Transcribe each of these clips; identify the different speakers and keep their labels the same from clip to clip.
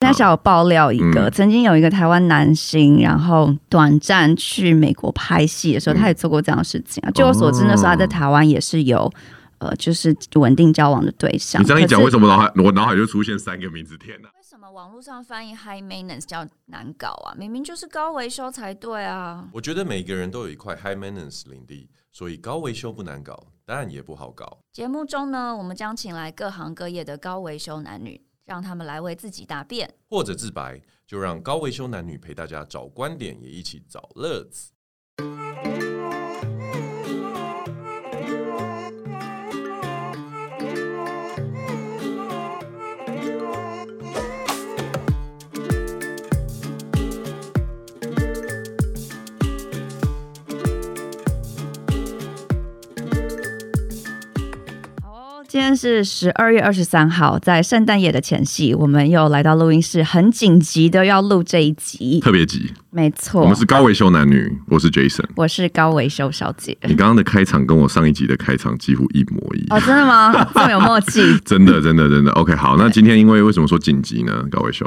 Speaker 1: 家小爆料一个，
Speaker 2: 嗯
Speaker 1: 曾经有一个台湾男星，然后短暂去美国拍戏的时候，
Speaker 2: 嗯
Speaker 1: 他也做过这样的事情啊。据我所知，那时候他在台湾也是有。呃，就是稳定交往的对象。
Speaker 2: 你这样一
Speaker 1: 可
Speaker 2: 讲，
Speaker 1: 是
Speaker 2: 为什么脑海我脑海就出现三个名字？天哪！
Speaker 3: 为什么网络上翻译 high maintenance 叫难搞啊？明明就是高维修才对啊！
Speaker 4: 我觉得每个人都有一块 high maintenance 领地，所以高维修不难搞，当然也不好搞。
Speaker 3: 节目中呢，我们将请来各行各业的高维修男女，让他们来为自己答辩。
Speaker 4: 或者自白，就让高维修男女陪大家找观点，也一起找乐子。
Speaker 1: 哦今天是十二月二十三号，在圣诞夜的前夕，我们又来到录音室，很紧急的要录这一集。
Speaker 2: 特别急，
Speaker 1: 没
Speaker 2: 我
Speaker 1: 错
Speaker 2: 们，是高维修男女，我是 Jason。
Speaker 1: 我是高维修小姐。
Speaker 2: 你刚刚的开场跟我上一集的开场几乎一模一样。
Speaker 1: 哦，真的吗？ 这么有默 契？
Speaker 2: 真的，真的，真的。OK，好，那今天因为为什么说紧急呢？高维修，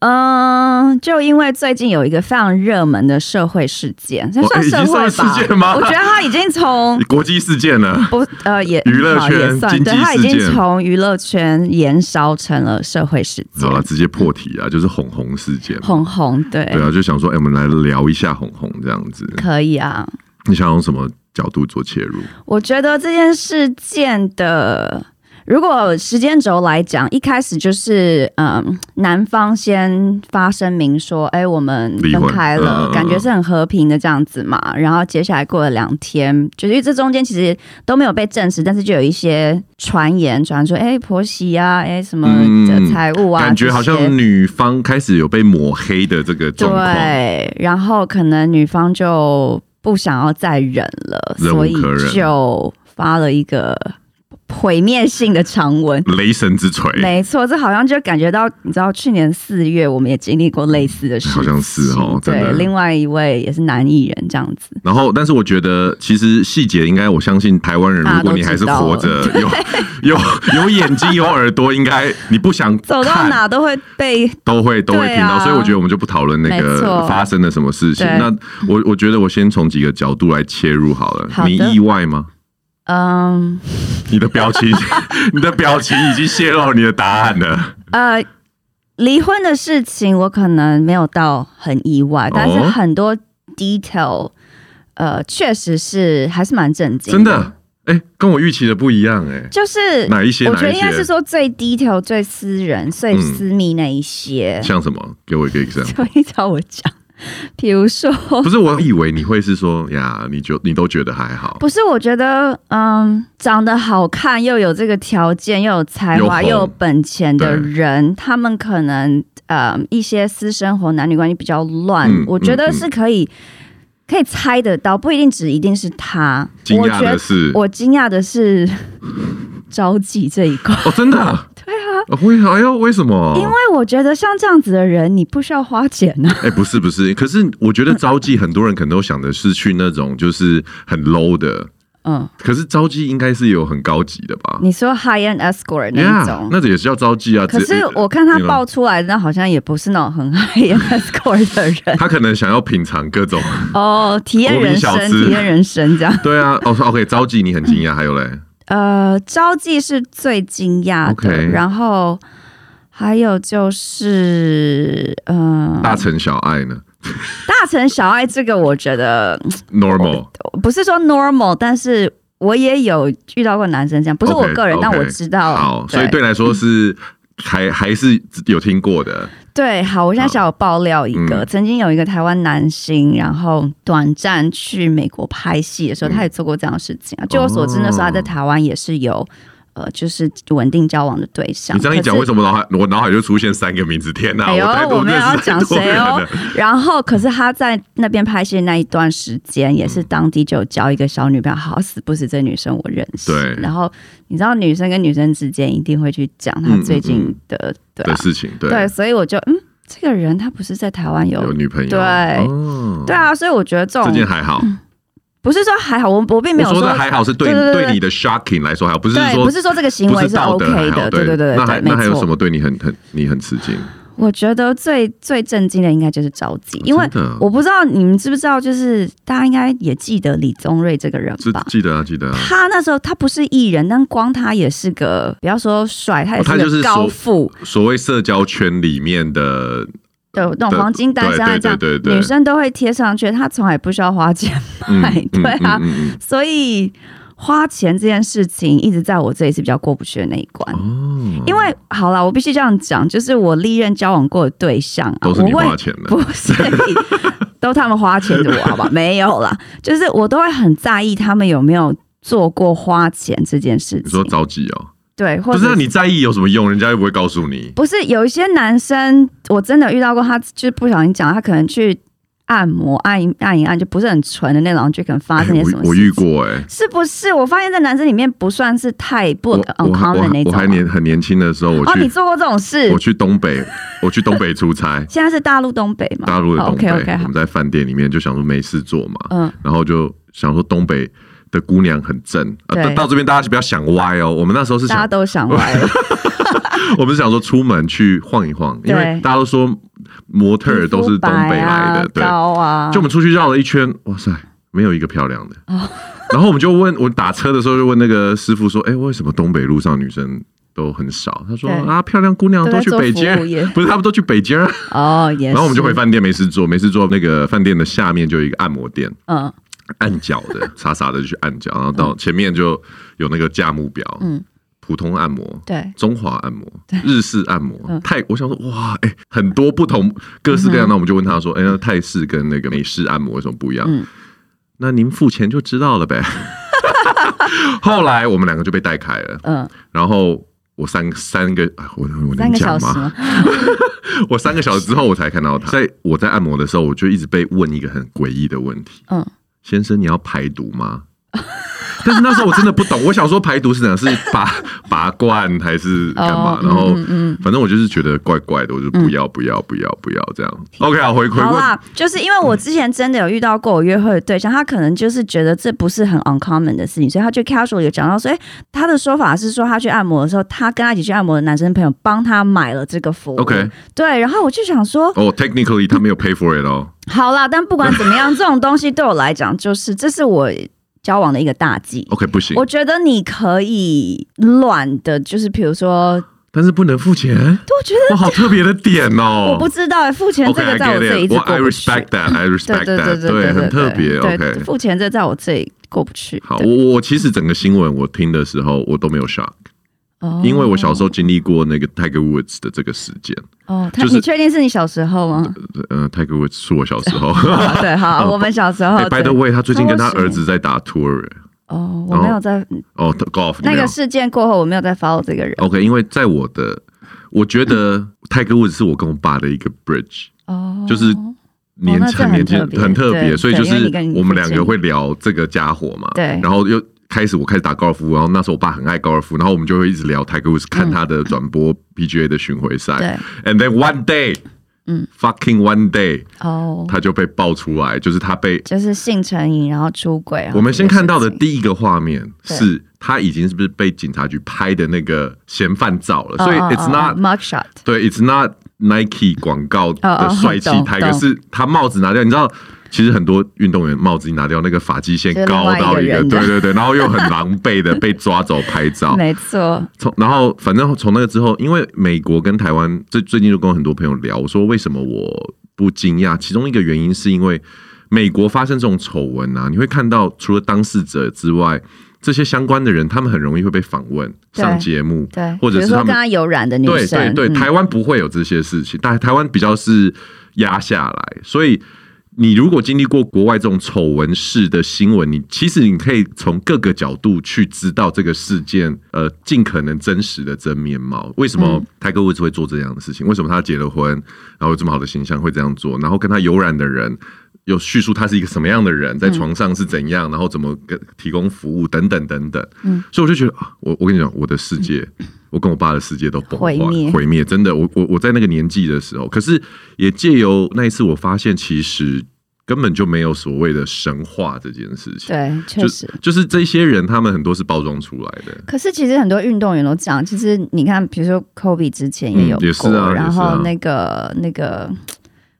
Speaker 1: 嗯，就因为最近有一个非常热门的社会事件，这
Speaker 2: 哦
Speaker 1: 算
Speaker 2: 已经
Speaker 1: 社会
Speaker 2: 算
Speaker 1: 吧？
Speaker 2: 事件吗
Speaker 1: 我觉得他已经从
Speaker 2: 国际事件呢？
Speaker 1: 不呃也
Speaker 2: 娱乐
Speaker 1: 好
Speaker 2: 圈
Speaker 1: 也算
Speaker 2: 经济
Speaker 1: 对，他已
Speaker 2: 事
Speaker 1: 经
Speaker 2: 件
Speaker 1: 从娱乐圈延烧成了社会事件
Speaker 2: 好，了，直接破题啊，就是哄哄事件。
Speaker 1: 红红对，
Speaker 2: 对啊，就想说，哎、我们来聊一下哄哄这样子。
Speaker 1: 可以啊。
Speaker 2: 你想用什么角度做切入？
Speaker 1: 我觉得这件事件的，如果时间轴来讲，一开始就是嗯，男方先发声明说，哎、我们
Speaker 2: 离
Speaker 1: 分
Speaker 2: 婚
Speaker 1: 开了，
Speaker 2: 嗯嗯嗯
Speaker 1: 感觉是很和平的这样子嘛。然后接下来过了两天，就是因为这中间其实都没有被证实，但是就有一些传言传说，哎、婆媳啊，哎、什么
Speaker 2: 嗯
Speaker 1: 的财务啊，
Speaker 2: 感觉好
Speaker 1: 这些
Speaker 2: 像女方开始有被抹黑的这个状况，
Speaker 1: 对，然后可能女方就不想要再忍了，
Speaker 2: 忍无
Speaker 1: 所以
Speaker 2: 可忍
Speaker 1: 就发了一个毁灭性的长文。
Speaker 2: 雷神之锤，
Speaker 1: 没错，这好像就感觉到，你知道，去年四月我们也经历过类似的事情，
Speaker 2: 好像是哦真的
Speaker 1: 对，另外一位也是男艺人这样子，
Speaker 2: 然后，但是我觉得其实细节应该，我相信台湾人，
Speaker 1: 大家
Speaker 2: 如果你还是活着，有 有有眼睛有耳朵，应该你不想
Speaker 1: 走到
Speaker 2: 看
Speaker 1: 哪都会被
Speaker 2: 都会都会
Speaker 1: 对
Speaker 2: 听到。
Speaker 1: 啊
Speaker 2: 所以我觉得我们就不讨论那
Speaker 1: 没
Speaker 2: 个
Speaker 1: 错
Speaker 2: 发生了什么事情。
Speaker 1: 对
Speaker 2: 那我我觉得我先从几个角度来切入好了。
Speaker 1: 好的
Speaker 2: 你意外吗？
Speaker 1: 嗯
Speaker 2: 你的表情， 你的表情已经泄露你的答案了。
Speaker 1: 呃。离婚的事情，我可能没有到很意外，但是
Speaker 2: 哦
Speaker 1: 很多 detail，呃，确实是还是蛮震惊
Speaker 2: 真的，哎、跟我预期的不一样、哎。
Speaker 1: 就是
Speaker 2: 哪一些
Speaker 1: 我觉
Speaker 2: 哪
Speaker 1: 得
Speaker 2: 一
Speaker 1: 应该
Speaker 2: 些
Speaker 1: 是说最 detail、最私人、最
Speaker 2: 嗯
Speaker 1: 私密那一些，
Speaker 2: 像什么？给我一个 example。
Speaker 1: 所以找我讲。比如说，
Speaker 2: 不是，我以为你会是说呀，你就你都觉得还好，
Speaker 1: 不是，我觉得，嗯，长得好看又有这个条件，又有才华，
Speaker 2: 又红
Speaker 1: 又有本钱的
Speaker 2: 对
Speaker 1: 人，他们可能呃一些私生活、男女关系比较乱，
Speaker 2: 嗯
Speaker 1: 我觉
Speaker 2: 嗯
Speaker 1: 得
Speaker 2: 嗯
Speaker 1: 是可以、可以猜得到，不一定只一定是他。
Speaker 2: 惊
Speaker 1: 我
Speaker 2: 讶
Speaker 1: 觉
Speaker 2: 的
Speaker 1: 得
Speaker 2: 是，
Speaker 1: 我惊讶的是 招妓这一块。
Speaker 2: 哦，真的、啊？对啊。为哎呦，为什么？
Speaker 1: 因为我觉得像这样子的人，你不需要花钱啊。
Speaker 2: 哎、不是不是，可是我觉得招妓很多人可能都想的是去那种就是很 low 的，
Speaker 1: 嗯，
Speaker 2: 可是招妓应该是有很高级的吧？
Speaker 1: 你说 high end escort 那
Speaker 2: Yeah，
Speaker 1: 一种。
Speaker 2: 那也是叫招妓啊。
Speaker 1: 可
Speaker 2: 只
Speaker 1: 是我看他，爆
Speaker 2: 呃
Speaker 1: 出来，那好像也不是那种很 high end escort 的 人
Speaker 2: 他可能想要品尝各种。
Speaker 1: 哦，体验
Speaker 2: 国民
Speaker 1: 人
Speaker 2: 小
Speaker 1: 生，
Speaker 2: 资
Speaker 1: 体验人生这样。
Speaker 2: 对啊，哦是，OK，招妓你很惊讶，还有嘞，
Speaker 1: 呃，招妓是最惊讶的
Speaker 2: OK
Speaker 1: 然后还有就是，嗯、
Speaker 2: 大城小爱呢
Speaker 1: 大城小爱这个，我觉得
Speaker 2: ？Normal，
Speaker 1: 不是说 normal，但是我也有遇到过男生这样，不是我
Speaker 2: OK，
Speaker 1: 个人
Speaker 2: OK
Speaker 1: 但我知道。
Speaker 2: 好，所以对来说是还
Speaker 1: 嗯
Speaker 2: 还是有听过的。
Speaker 1: 对，好，我现在
Speaker 2: 好
Speaker 1: 想要爆料一个，
Speaker 2: 嗯
Speaker 1: 曾经有一个台湾男星，然后短暂去美国拍戏的时候，
Speaker 2: 嗯
Speaker 1: 他也做过这样的事情啊。据我所知，那时候他在台湾也是有。呃，就是稳定交往的对象。
Speaker 2: 你这样一讲，
Speaker 1: 可是
Speaker 2: 为什么脑海我脑海就出现三个名字？天哪！
Speaker 1: 哎呦
Speaker 2: 太多
Speaker 1: 我没有
Speaker 2: 认识
Speaker 1: 要
Speaker 2: 太
Speaker 1: 讲
Speaker 2: 多
Speaker 1: 谁
Speaker 2: 人
Speaker 1: 哦
Speaker 2: 了
Speaker 1: 然后，可是他在那边拍戏的那一段时间，也
Speaker 2: 嗯
Speaker 1: 是当地就有交一个小女朋友，好死不死这女生我认识。
Speaker 2: 对
Speaker 1: 然后你知道，女生跟女生之间一定会去讲她最
Speaker 2: 嗯嗯
Speaker 1: 近
Speaker 2: 嗯
Speaker 1: 的、对
Speaker 2: 的
Speaker 1: 啊
Speaker 2: 事情，对，
Speaker 1: 对，所以我就嗯，这个人他不是在台湾有
Speaker 2: 有女朋友，
Speaker 1: 对
Speaker 2: 哦
Speaker 1: 对，啊，所以我觉得这
Speaker 2: 这
Speaker 1: 种
Speaker 2: 件还好。
Speaker 1: 不是说还好，我我并没有
Speaker 2: 我说的还好是对
Speaker 1: 对对对
Speaker 2: 对你的 shocking 来说还好，不是
Speaker 1: 对，
Speaker 2: 说
Speaker 1: 不是说这个行为
Speaker 2: 不是道德
Speaker 1: OK
Speaker 2: 还好
Speaker 1: 对对对
Speaker 2: 那还
Speaker 1: 对，没
Speaker 2: 那还有什
Speaker 1: 错。
Speaker 2: 么对你很很你很吃惊？
Speaker 1: 我觉得最最震惊的应该就是着急，因为
Speaker 2: 真的啊
Speaker 1: 我不知道你们知不知道，就是大家应该也记得李宗瑞这个人
Speaker 2: 是
Speaker 1: 吧？
Speaker 2: 记得啊，记得啊。
Speaker 1: 他那时候他不是艺人，但光他也是个，不要说帅，他也
Speaker 2: 哦他就是
Speaker 1: 个高
Speaker 2: 说
Speaker 1: 富，
Speaker 2: 所谓社交圈里面的，
Speaker 1: 的那种
Speaker 2: 对
Speaker 1: 黄金单身啊，
Speaker 2: 对
Speaker 1: 这样
Speaker 2: 对对对
Speaker 1: 女生都会贴上去，他从来不需要花钱，
Speaker 2: 嗯
Speaker 1: 买 对啊
Speaker 2: 嗯嗯
Speaker 1: 所以花钱这件事情一直在我这里是比较过不去的那一关。
Speaker 2: 嗯哦，
Speaker 1: 因为好了，我必须这样讲，就是我历任交往过的对象啊，
Speaker 2: 都是你
Speaker 1: 我会
Speaker 2: 花钱的，
Speaker 1: 不是你， 都他们花钱的我，好吧？没有啦，就是我都会很在意他们有没有做过花钱这件事情
Speaker 2: 你说。着急哦，
Speaker 1: 对，或
Speaker 2: 不
Speaker 1: 者
Speaker 2: 是那你在意有什么用？人家又不会告诉你。
Speaker 1: 不是有一些男生，我真的有遇到过，他就是不小心讲，他可能去按摩按一按一按，就不是很纯的那种，然后就可能发生
Speaker 2: 哎
Speaker 1: 些什么
Speaker 2: 我
Speaker 1: 事
Speaker 2: 我遇过哎、
Speaker 1: 是不是？我发现在男生里面不算是太不呃
Speaker 2: 我我还
Speaker 1: 哦 uncommon 那
Speaker 2: 我
Speaker 1: 种
Speaker 2: 还
Speaker 1: 啊。
Speaker 2: 年很年轻的时候，我
Speaker 1: 哦，你
Speaker 2: 去
Speaker 1: 做过这种事，
Speaker 2: 我？去东北，我去东北出差
Speaker 1: 现在是大陆东北嘛？
Speaker 2: 大陆的东北，
Speaker 1: OK OK
Speaker 2: 我
Speaker 1: 好
Speaker 2: 们，在饭店里面就想说没事做嘛，
Speaker 1: 嗯，
Speaker 2: 然后就想说东北的姑娘很正，啊，
Speaker 1: 对
Speaker 2: 到到这边大家就不要想歪哦。我们那时候是
Speaker 1: 大家
Speaker 2: 想，
Speaker 1: 都想歪了，
Speaker 2: 我们是想说出门去晃一晃，因为
Speaker 1: 对
Speaker 2: 大家都说模特儿都是东北来的，
Speaker 1: 皮肤白
Speaker 2: 对
Speaker 1: 啊，高啊，哦
Speaker 2: 就我们出去绕了一圈，哇塞，没有一个漂亮的。 然后我们就问，我打车的时候就问那个师傅说：“哎、为什么东北路上女生都很少？”他说：“
Speaker 1: 对
Speaker 2: 啊，漂亮姑娘
Speaker 1: 都
Speaker 2: 都
Speaker 1: 在
Speaker 2: 去
Speaker 1: 做
Speaker 2: 北
Speaker 1: 服
Speaker 2: 京啊
Speaker 1: 务业，
Speaker 2: 不是他们都去北京啊。
Speaker 1: 哦 也是。
Speaker 2: 然后我们就回饭店没事做，没事做，那个饭店的下面就有一个按摩店，
Speaker 1: 嗯，
Speaker 2: 按脚的， 傻傻的就去按脚，然后到前面就有那个价目表，
Speaker 1: 嗯
Speaker 2: 普通按摩。
Speaker 1: 对，
Speaker 2: 中华按摩、日式按摩、
Speaker 1: 嗯
Speaker 2: 泰，我想说哇，哎、很多不同各式各样的，我们就问他说，哎、那泰式跟那个美式按摩有什么不一样？
Speaker 1: 嗯
Speaker 2: 那您付钱就知道了 呗。后来我们两个就被带开了，
Speaker 1: 嗯，
Speaker 2: 然后我三三个，啊我我
Speaker 1: 三
Speaker 2: 能
Speaker 1: 个小
Speaker 2: 讲
Speaker 1: 时
Speaker 2: 吗？
Speaker 1: 吗？
Speaker 2: 我三个小时之后我才看到他，在我在按摩的时候，我就一直被问一个很诡异的问题，
Speaker 1: 嗯，
Speaker 2: 先生，你要排毒吗？ 但是那时候我真的不懂，我想说排毒是怎样，是拔拔罐还是干嘛？
Speaker 1: 哦
Speaker 2: 然后
Speaker 1: 嗯嗯
Speaker 2: 反正我就是觉得怪怪的，我就不要不要不要不要这样。OK 啊，回 回
Speaker 1: 嗯好
Speaker 2: 过
Speaker 1: 啦，就是因为我之前真的有遇到过我约会的对象，他可能就是觉得这不是很 uncommon 的事情，所以他就 casual 有讲到说，哎、他的说法是说他去按摩的时候，他跟他一起去按摩的男生朋友帮他买了这个服务。
Speaker 2: OK
Speaker 1: 对，然后我就想说，
Speaker 2: 哦、t e c h n i c a l l y 他没有 pay for it 哦。
Speaker 1: 好啦，但不管怎么样，这种东西对我来讲，就是这是我交往的一个大忌。
Speaker 2: OK，不行
Speaker 1: 我，觉得你可以乱的，就是比如说，
Speaker 2: 但是不能付钱，
Speaker 1: 对我觉得
Speaker 2: 哇，好特别的点哦。
Speaker 1: 我不知道、欸、付钱
Speaker 2: OK，
Speaker 1: 这个
Speaker 2: I
Speaker 1: 在我
Speaker 2: get
Speaker 1: 这里一
Speaker 2: it，
Speaker 1: 直
Speaker 2: 我
Speaker 1: 过
Speaker 2: I
Speaker 1: 不去。
Speaker 2: respect that，I
Speaker 1: 对
Speaker 2: respect
Speaker 1: 对对
Speaker 2: that，
Speaker 1: 对对，
Speaker 2: 很特别。
Speaker 1: 对
Speaker 2: OK，
Speaker 1: 付钱这在我这里过不去。
Speaker 2: 好，
Speaker 1: 对
Speaker 2: 我我其实整个新闻我听的时候我都没有 shock，
Speaker 1: 哦
Speaker 2: 因为我小时候经历过那个 Tiger Woods 的这个事件。
Speaker 1: 哦，他
Speaker 2: 就是
Speaker 1: 你确定是你小时候 吗？
Speaker 2: 嗯，Tiger Woods 是我小时 候。
Speaker 1: 好对，好，
Speaker 2: 哦
Speaker 1: 我们小时候
Speaker 2: 哎。By
Speaker 1: 对
Speaker 2: the way，他最近跟他
Speaker 1: 超喜欢
Speaker 2: 儿子在打 tour 哎
Speaker 1: 哦，我
Speaker 2: 然后
Speaker 1: 没有在
Speaker 2: 哦，golf
Speaker 1: 那
Speaker 2: 没有
Speaker 1: 个事件过后，我没有再 follow 这个人。
Speaker 2: OK，因为在我的，我觉得泰戈 w 是我跟我爸的一个 bridge，
Speaker 1: 哦，
Speaker 2: 就是年
Speaker 1: 那这
Speaker 2: 很
Speaker 1: 很
Speaker 2: 年轻
Speaker 1: 特，别
Speaker 2: 很特别，
Speaker 1: 对
Speaker 2: 所以就
Speaker 1: 对因为
Speaker 2: 是
Speaker 1: 你跟你
Speaker 2: 我们两
Speaker 1: 父
Speaker 2: 个
Speaker 1: 亲
Speaker 2: 会聊这个家伙嘛，
Speaker 1: 对
Speaker 2: 然后又。开始我开始打高尔夫，然后那时候我爸很爱高尔夫，然后我们就会一直聊泰戈 w 看他的转 播 PGA 的巡回赛
Speaker 1: 嗯对
Speaker 2: ，and then one day，
Speaker 1: 嗯
Speaker 2: ，fucking one day，
Speaker 1: 哦，
Speaker 2: 他就被爆出来，就是他被
Speaker 1: 就是性成瘾，然后出轨。然后
Speaker 2: 我们先看到的
Speaker 1: 这个事情
Speaker 2: 第一个画面
Speaker 1: 对
Speaker 2: 是他已经是不是被警察局拍的那个嫌犯照了，所以
Speaker 1: 哦哦
Speaker 2: it's
Speaker 1: 哦
Speaker 2: not
Speaker 1: mug shot。
Speaker 2: 对，It's not Nike 广告的帅气
Speaker 1: 哦哦懂
Speaker 2: 抬可
Speaker 1: 懂
Speaker 2: 是他帽子拿掉，你知道，其实很多运动员帽子一拿掉，那个发际线
Speaker 1: 就是另
Speaker 2: 高
Speaker 1: 外一
Speaker 2: 到
Speaker 1: 个
Speaker 2: 一个，
Speaker 1: 人的
Speaker 2: 对对对，然后又很狼狈的被抓走拍 照。
Speaker 1: 没错，
Speaker 2: 从然后反正从那个之后，因为美国跟台湾最最近就跟很多朋友聊，我说为什么我不惊讶？其中一个原因是因为美国发生这种丑闻啊，你会看到除了当事者之外，这些相关的人他们很容易会被访问
Speaker 1: 对
Speaker 2: 上节目，
Speaker 1: 对，
Speaker 2: 或者
Speaker 1: 比
Speaker 2: 是
Speaker 1: 如说
Speaker 2: 他
Speaker 1: 跟
Speaker 2: 们
Speaker 1: 他有染的女
Speaker 2: 对对
Speaker 1: 生，
Speaker 2: 对，
Speaker 1: 嗯
Speaker 2: 台湾不会有这些事情，但台湾比较是压下来，所以你如果经历过国外这种丑闻式的新闻，你其实你可以从各个角度去知道这个事件，呃，尽可能真实的真面貌。为什
Speaker 1: 嗯
Speaker 2: 么泰戈·伍兹会做这样的事情？为什么他结了婚，然后有这么好的形象会这样做？然后跟他有染的人。有叙述他是一个什么样的人，在床上是怎样，然后怎么跟提供服务等等等等，嗯，所以我就觉得，啊我我跟你讲，我的世界，我跟我爸的世界都崩坏
Speaker 1: 毁灭
Speaker 2: 毁灭，真的，我我我在那个年纪的时候，可是也借由那一次，我发现其实根本就没有所谓的神话这件事情。
Speaker 1: 对，确
Speaker 2: 就
Speaker 1: 实。
Speaker 2: 就是这些人，他们很多是包装出来的。
Speaker 1: 可是其实很多运动员都这样，其实你看，比如说 Kobe 之前也有
Speaker 2: 嗯也是
Speaker 1: 过，
Speaker 2: 啊也
Speaker 1: 然
Speaker 2: 是啊
Speaker 1: 后那个、那个，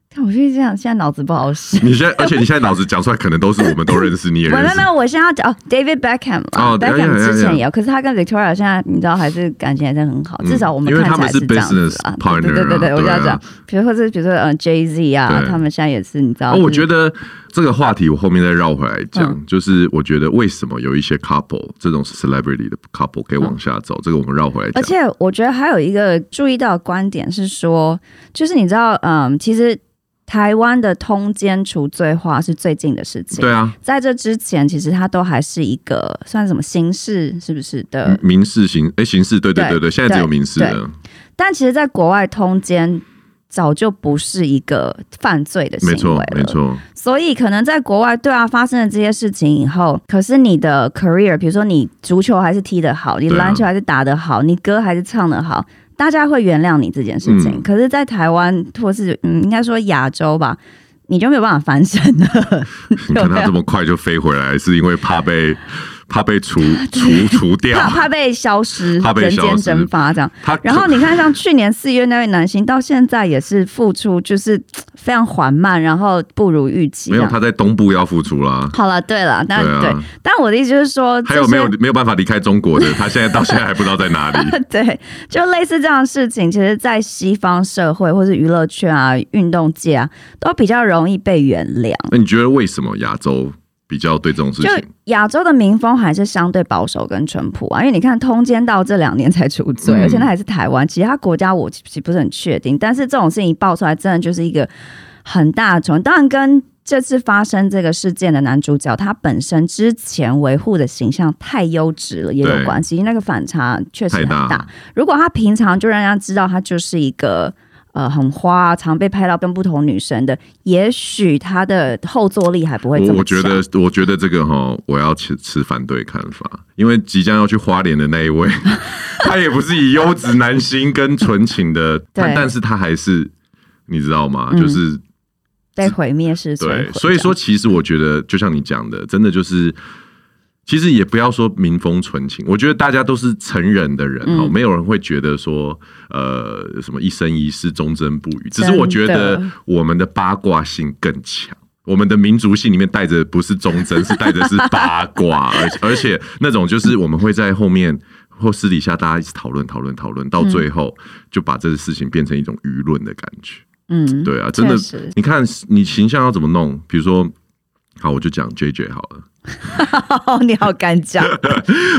Speaker 1: 看我就是这样，现在脑子不好 使。
Speaker 2: 你现在，而且你现在脑子讲出来，可能都是我们都认识，你也
Speaker 1: 我
Speaker 2: 认
Speaker 1: 没有
Speaker 2: 识
Speaker 1: 没。有，我现在要讲哦，David Beckham 啦、
Speaker 2: 哦
Speaker 1: b e
Speaker 2: 对
Speaker 1: c k h a
Speaker 2: 呀
Speaker 1: m
Speaker 2: 呀
Speaker 1: 之前
Speaker 2: 呀
Speaker 1: 也有，可是他跟 Victoria 现在你知道还是感情还是很好，
Speaker 2: 嗯
Speaker 1: 至少我们
Speaker 2: 因为
Speaker 1: 看
Speaker 2: 他
Speaker 1: 起
Speaker 2: 们
Speaker 1: 来
Speaker 2: 是
Speaker 1: 这样子啊
Speaker 2: business。partner
Speaker 1: 对对对对，
Speaker 2: 啊
Speaker 1: 我就要
Speaker 2: 对啊
Speaker 1: 讲，比如或者比如说嗯 Jay Z 啊，
Speaker 2: 对
Speaker 1: 他们现在也是你知道，
Speaker 2: 哦，我觉
Speaker 1: 得
Speaker 2: 得这个话题我后面再绕回来讲，
Speaker 1: 嗯
Speaker 2: 就是我觉得为什么有一些 couple 这种 celebrity 的 couple 可以往下走，这个我们绕回来
Speaker 1: 而
Speaker 2: 讲。
Speaker 1: 且我觉得还有一个注意到的观点是说，就是你知道，嗯，其实台湾的通奸除罪化是最近的事情，
Speaker 2: 对啊，
Speaker 1: 在这之前，其实它都还是一个算什么刑事，是不是的？
Speaker 2: 民事刑哎，刑事对对
Speaker 1: 呃对
Speaker 2: 对对，现在只有民事
Speaker 1: 对
Speaker 2: 了，
Speaker 1: 但其实，在国外通奸早就不是一个犯罪的行
Speaker 2: 没
Speaker 1: 为
Speaker 2: 错
Speaker 1: 了
Speaker 2: 没 错，
Speaker 1: 所以可能在国外，对啊，发生了这些事情以后，可是你的 career，比如说你足球还是踢得好，你
Speaker 2: 对啊
Speaker 1: 篮球还是打得好，你歌还是唱得好，大家会原谅你这件事情。
Speaker 2: 嗯
Speaker 1: 可是，在台湾或是嗯，应该说亚洲吧，你就没有办法翻身了。
Speaker 2: 你看他这么快就飞回来，是因为 怕被怕被除除除掉
Speaker 1: 怕，怕被消失，
Speaker 2: 啊怕被
Speaker 1: 人
Speaker 2: 消
Speaker 1: 间
Speaker 2: 失
Speaker 1: 蒸发这样。
Speaker 2: 他
Speaker 1: 然后你看，像去年四月那位男星，到现在也是付出就是嘖非常缓慢，然后不如预期
Speaker 2: 没
Speaker 1: 这
Speaker 2: 有
Speaker 1: 样。
Speaker 2: 他在东部要付 出啦。
Speaker 1: 好了，对了，但
Speaker 2: 对啊
Speaker 1: 但我的意思就是说，
Speaker 2: 还有没有
Speaker 1: 这些？
Speaker 2: 没有办法离开中国的？他现在到现在还不知道在 哪里。
Speaker 1: 对，就类似这样的事情，其实，在西方社会或是娱乐圈啊、运动界啊，都比较容易被原谅。
Speaker 2: 那你觉得为什么亚洲比较对这种事
Speaker 1: 就
Speaker 2: 情？
Speaker 1: 亚洲的民风还是相对保守跟淳朴啊，因为你看通奸到这两年才出罪，
Speaker 2: 嗯
Speaker 1: 而且那还是台湾，其他国家我其实不是很确定。但是这种事情一爆出来，真的就是一个很大的冲击。当然，跟这次发生这个事件的男主角他本身之前维护的形象太优质了也有
Speaker 2: 对
Speaker 1: 关系，因为那个反差确实
Speaker 2: 太
Speaker 1: 很
Speaker 2: 大
Speaker 1: 大。如果他平常就让人家知道他就是一个。呃，很花，常被拍到跟不同女生的，也许他的后坐力还不会这么
Speaker 2: 我
Speaker 1: 强。
Speaker 2: 我觉得，我觉得这个哈，我要持持反对看法，因为即将要去花莲的那一 位，他也不是以优质男星跟纯情的，但但是他还是，你知道吗？
Speaker 1: 嗯
Speaker 2: 就是
Speaker 1: 被毁灭式摧毁
Speaker 2: 对
Speaker 1: 这，样。
Speaker 2: 所以说，其实我觉得，就像你讲的，真的就是，其实也不要说民风纯情，我觉得大家都是成人的人哦，
Speaker 1: 嗯
Speaker 2: 没有人会觉得说，呃，什么一生一世忠贞不渝。只是
Speaker 1: 真
Speaker 2: 我觉
Speaker 1: 的
Speaker 2: 得我们的八卦性更强。我们的民族性里面带着不是忠贞，是带着是八卦，而且而且那种就是我们会在后面或私底下大家一起讨论讨论讨论，
Speaker 1: 嗯
Speaker 2: 到最后就把这个事情变成一种舆论的感觉。
Speaker 1: 嗯，
Speaker 2: 对啊，真的
Speaker 1: 确实，
Speaker 2: 你看你形象要怎么弄？比如说，好，我就讲 J J 好了。
Speaker 1: 你好敢讲，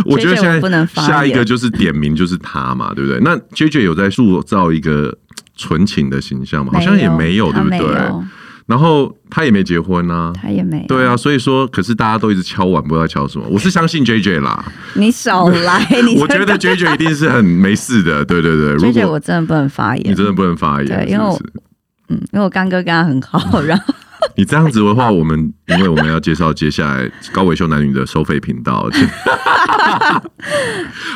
Speaker 2: 我觉得
Speaker 1: JJ
Speaker 2: 现在
Speaker 1: 我不能发言
Speaker 2: 下一个就是点名就是他嘛，对不对？那 J J 有在塑造一个纯情的形象嘛？ 好像也没有，对
Speaker 1: 他
Speaker 2: 不
Speaker 1: 没
Speaker 2: 对？
Speaker 1: 有，
Speaker 2: 然后他也没结婚啊。
Speaker 1: 他也没有，
Speaker 2: 对啊，，所以说，可是大家都一直敲碗，不知道敲什么。我是相信 J J 啦，
Speaker 1: 你少 来，你
Speaker 2: 我觉得 J J 一定是很没事的，对对对。如
Speaker 1: 这个
Speaker 2: 果
Speaker 1: 我真的不能发
Speaker 2: 你
Speaker 1: 言，
Speaker 2: 真的不能发言，
Speaker 1: 对
Speaker 2: 是
Speaker 1: 因为
Speaker 2: 不
Speaker 1: 我
Speaker 2: 是？
Speaker 1: 嗯，因为我干哥跟他很好，
Speaker 2: 嗯
Speaker 1: 然后
Speaker 2: 你这样子的话，我们因为我们要介绍接下来 高维修男女的收费频道。 好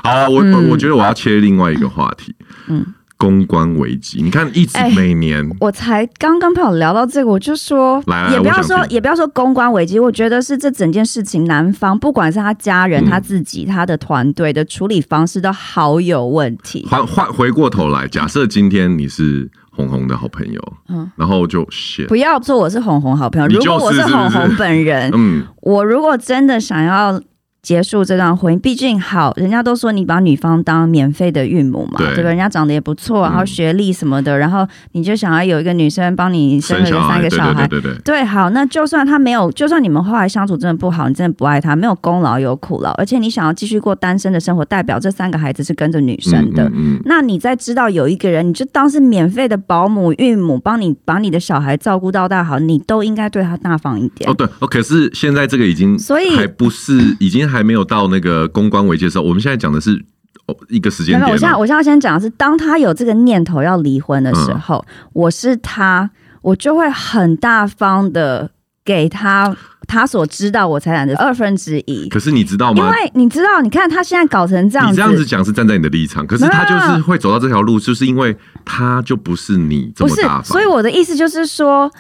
Speaker 2: 啊，我、我我觉得我要切另外一个话题，嗯
Speaker 1: 嗯，
Speaker 2: 公关危机。你看，一直
Speaker 1: 哎
Speaker 2: 每年、
Speaker 1: 我才刚跟朋友聊到这个，我就说
Speaker 2: 来来，
Speaker 1: 也不
Speaker 2: 我
Speaker 1: 要
Speaker 2: 想
Speaker 1: 说
Speaker 2: 听
Speaker 1: 也不要说公关危机，我觉得是这整件事情，男方不管是他家人、
Speaker 2: 嗯
Speaker 1: 他自己、他的团队的处理方式都好有问题，
Speaker 2: 换换回过头来，假设今天你是红红的好朋友，嗯
Speaker 1: 嗯，
Speaker 2: 然后就 shit，
Speaker 1: 不要说我是红红好朋友，
Speaker 2: 你
Speaker 1: 如果
Speaker 2: 就是
Speaker 1: 我是
Speaker 2: 是不是
Speaker 1: 红红本人，
Speaker 2: 嗯，
Speaker 1: 我如果真的想要结束这段婚姻，毕竟好，人家都说你把女方当免费的孕母嘛，
Speaker 2: 对
Speaker 1: 对不对？人家长得也不错，然后
Speaker 2: 嗯
Speaker 1: 学历什么的，然后你就想要有一个女生帮你生
Speaker 2: 生
Speaker 1: 了
Speaker 2: 小
Speaker 1: 个三个
Speaker 2: 孩，对
Speaker 1: 小孩。
Speaker 2: 对对对对，
Speaker 1: 对，好，那就算他没有，就算你们后来相处真的不好，你真的不爱他，没有功劳有苦劳，而且你想要继续过单身的生活，代表这三个孩子是跟着女生的。
Speaker 2: 嗯嗯
Speaker 1: 那你在知道有一个人，你就当是免费的保姆、孕母，帮你把你的小孩照顾到大好，你都应该对他大方一点。
Speaker 2: 哦，对哦，可是现在这个已经，
Speaker 1: 所以
Speaker 2: 还不是，已经还没有到那个公关危机的时候。我们现在讲的是哦一个时间
Speaker 1: 没有，
Speaker 2: 点、哦，
Speaker 1: 我现在我现在先讲的是，当他有这个念头要离婚的时候，
Speaker 2: 嗯
Speaker 1: 我是他，我就会很大方的给他他所知道我财产的二分之一，
Speaker 2: 可是你知道
Speaker 1: 因
Speaker 2: 吗？
Speaker 1: 为你知道，你看他现在搞成这样
Speaker 2: 你
Speaker 1: 子，
Speaker 2: 这样子讲是站在你的立场，可是
Speaker 1: 没有
Speaker 2: 他就
Speaker 1: 没
Speaker 2: 是
Speaker 1: 有
Speaker 2: 会走到这条路，就是因为他就不是你这
Speaker 1: 不
Speaker 2: 么
Speaker 1: 是
Speaker 2: 大？方。
Speaker 1: 所以我的意思就是说。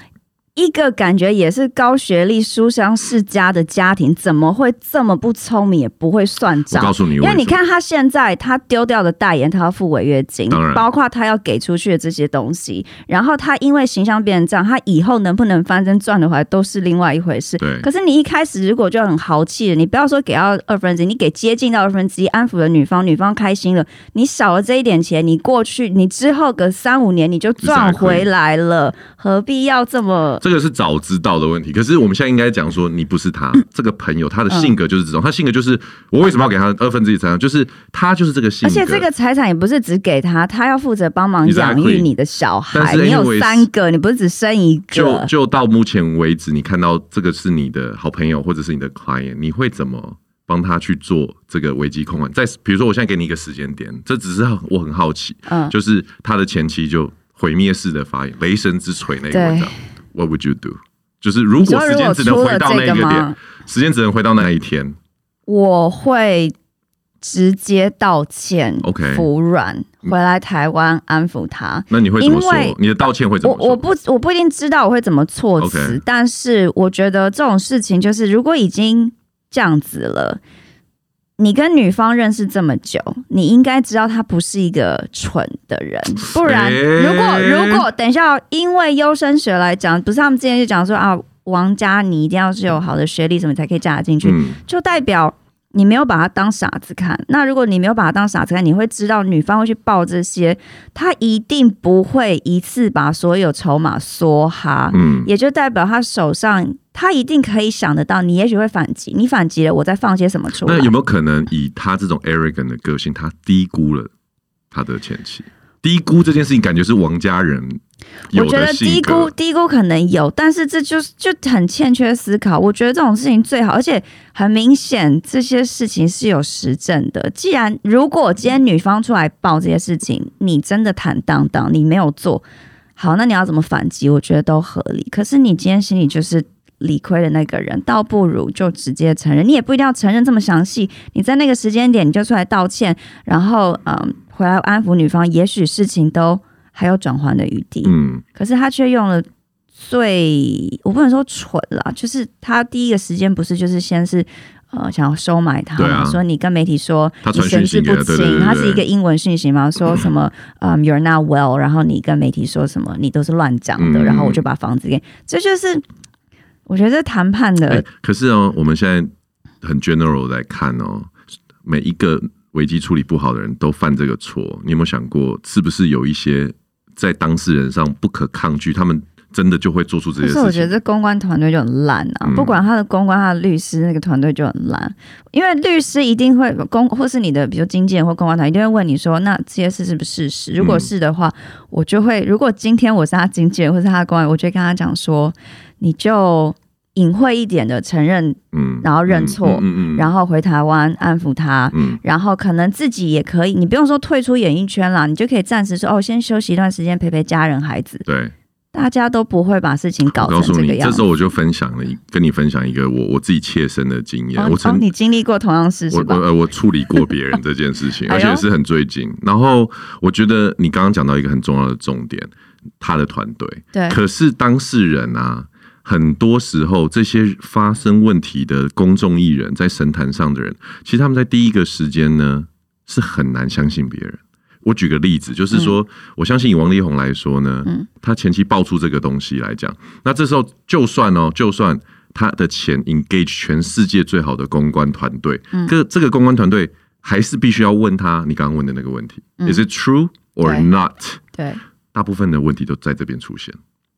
Speaker 1: 一个感觉也是高学历书香世家的家庭，怎么会这么不聪明，也不会算
Speaker 2: 我告
Speaker 1: 账？
Speaker 2: 诉你，
Speaker 1: 因为你，看他现在他丢掉的代言，他要付违约金
Speaker 2: 当然，
Speaker 1: 包括他要给出去的这些东西，然后他因为形象变成这样，他以后能不能翻身赚得回来都是另外一回事。
Speaker 2: 对
Speaker 1: 可是你一开始如果就很豪气了，你不要说给到二分之一，你给接近到二分之一，安抚了女方，女方开心了，你少了这一点钱，你过去你之后个三五年你就赚回来了，何必要这么？
Speaker 2: 这个是早知道的问题。可是我们现在应该讲说，你不是
Speaker 1: 嗯
Speaker 2: 他、这个朋友，他的性格就是这种，他性格就是我为什么要给他二分之一财产，就是他就是这个性
Speaker 1: 而
Speaker 2: 格。
Speaker 1: 且这个财产也不是只给他，他要负责帮忙养
Speaker 2: Exactly
Speaker 1: 育你的小
Speaker 2: 但
Speaker 1: 孩。
Speaker 2: 是
Speaker 1: 你有
Speaker 2: anyways，
Speaker 1: 三个，你不是只生一
Speaker 2: 就
Speaker 1: 个？
Speaker 2: 就到目前为止，你看到这个是你的好朋友或者是你的 client，你会怎么帮他去做这个危机控管？再比如说，我现在给你一个时间点，这只是我很好奇，
Speaker 1: 嗯
Speaker 2: 就是他的前妻就毁灭式的发言，雷神之锤那个文章，What would you do？就是如
Speaker 1: 你
Speaker 2: 果
Speaker 1: 说
Speaker 2: 时
Speaker 1: 如
Speaker 2: 间
Speaker 1: 果
Speaker 2: 只能
Speaker 1: 出
Speaker 2: 回
Speaker 1: 了
Speaker 2: 到那
Speaker 1: 这
Speaker 2: 个
Speaker 1: 个
Speaker 2: 点
Speaker 1: 吗，？
Speaker 2: 时间只能回到那一天，
Speaker 1: 我会直接道歉
Speaker 2: OK
Speaker 1: 服软，回来台湾安抚他。
Speaker 2: 那你会怎么
Speaker 1: 因为
Speaker 2: 说？你的道歉会怎
Speaker 1: 我
Speaker 2: 么
Speaker 1: 我
Speaker 2: 说？
Speaker 1: 不我不一定知道我会怎么措辞
Speaker 2: OK
Speaker 1: 但是我觉得这种事情就是，如果已经这样子了，你跟女方认识这么久，你应该知道她不是一个蠢的人，不然
Speaker 2: 诶
Speaker 1: 如果、如果等一下哦，因为优生学来讲，不是他们之前就讲说啊，王家你一定要是有好的学历什么才可以嫁得进去，
Speaker 2: 嗯，
Speaker 1: 就代表你没有把他当傻子看。那如果你没有把他当傻子看，你会知道女方会去报这些，他一定不会一次把所有筹码梭哈，
Speaker 2: 嗯，
Speaker 1: 也就代表他手上他一定可以想得到，你也许会反击，你反击了，我再放些什么出来
Speaker 2: 那。有没有可能以他这种 arrogant 的个性，他低估了他的前妻？低估这件事情，感觉是王家人有
Speaker 1: 我觉
Speaker 2: 的
Speaker 1: 得低
Speaker 2: 性格
Speaker 1: 估低估可能有，但是这就是就很欠缺思考。我觉得这种事情最好，而且很明显这些事情是有实证的。既然如果今天女方出来报这些事情，你真的坦荡荡，你没有做好，那你要怎么反击？我觉得都合理。可是你今天心里就是。理亏的那个人，倒不如就直接承认。你也不一定要承认这么详细，你在那个时间点你就出来道歉，然后嗯，回来安抚女方，也许事情都还有转圜的余地。
Speaker 2: 嗯，
Speaker 1: 可是他却用了最，我不能说蠢啦，就是他第一个时间不是就是先是呃想要收买他
Speaker 2: 对啊
Speaker 1: 嘛，说你跟媒体说
Speaker 2: 他
Speaker 1: 你
Speaker 2: 传
Speaker 1: 神
Speaker 2: 讯息
Speaker 1: 志
Speaker 2: 给
Speaker 1: 不
Speaker 2: 他，对对
Speaker 1: 清，
Speaker 2: 对
Speaker 1: 他是一
Speaker 2: 对
Speaker 1: 个英文讯息嘛，说什么嗯 you're not well，然后你跟媒体说什么你都是乱讲的，
Speaker 2: 嗯
Speaker 1: 然后我就把房子给，这就是我觉得这谈判的、
Speaker 2: 哎可是哦，我们现在很 general 来看哦，每一个危机处理不好的人都犯这个错。你有没有想过，是不是有一些在当事人上不可抗拒，他们真的就会做出这
Speaker 1: 可
Speaker 2: 些事
Speaker 1: 是
Speaker 2: 情？
Speaker 1: 我觉得这公关团队就很烂啊，
Speaker 2: 嗯
Speaker 1: 不管他的公关、他的律师那个团队就很烂，因为律师一定会公或是你的，比如经纪人或公关团，一定会问你说，那这些事是不是事实？如果是的话，
Speaker 2: 嗯
Speaker 1: 我就会，如果今天我是他经纪人或是他的公关，我就会跟他讲说，你就隐晦一点的承认，
Speaker 2: 嗯
Speaker 1: 然后认错
Speaker 2: 嗯
Speaker 1: 然后回台湾安抚他。
Speaker 2: 嗯，
Speaker 1: 然后可能自己也可以，你不用说退出演艺圈啦，你就可以暂时说哦，先休息一段时间，陪陪家人、孩子，
Speaker 2: 对。
Speaker 1: 大家都不会把事情搞
Speaker 2: 我告
Speaker 1: 成这
Speaker 2: 诉你
Speaker 1: 个，样
Speaker 2: 这
Speaker 1: 子
Speaker 2: 时。候我就分享了一，跟你分享一个我我自己切身的经验。
Speaker 1: 哦
Speaker 2: 我
Speaker 1: 哦
Speaker 2: 曾、
Speaker 1: 你经历过同样事
Speaker 2: 我
Speaker 1: 是
Speaker 2: 我
Speaker 1: 吧？
Speaker 2: 呃我处理过别人这件事 情，
Speaker 1: 哎
Speaker 2: 而
Speaker 1: 呦
Speaker 2: 且是很最近。然后我觉得你刚刚讲到一个很重要的重点，他的团队。
Speaker 1: 对，
Speaker 2: 可是当事人啊，很多时候这些发生问题的公众艺人，在神坛上的人，其实他们在第一个时间呢，是很难相信别人。我举个例子，就是说，
Speaker 1: 嗯
Speaker 2: 我相信以王力宏来说呢，他前期爆出这个东西来讲，那这时候就算哦，就算他的钱 engage 全世界最好的公关团队，
Speaker 1: 嗯
Speaker 2: 这、这个公关团队还是必须要问他你刚刚问的那个问题、i s it true or
Speaker 1: 嗯对
Speaker 2: not？
Speaker 1: 对，
Speaker 2: 大部分的问题都在这边出现。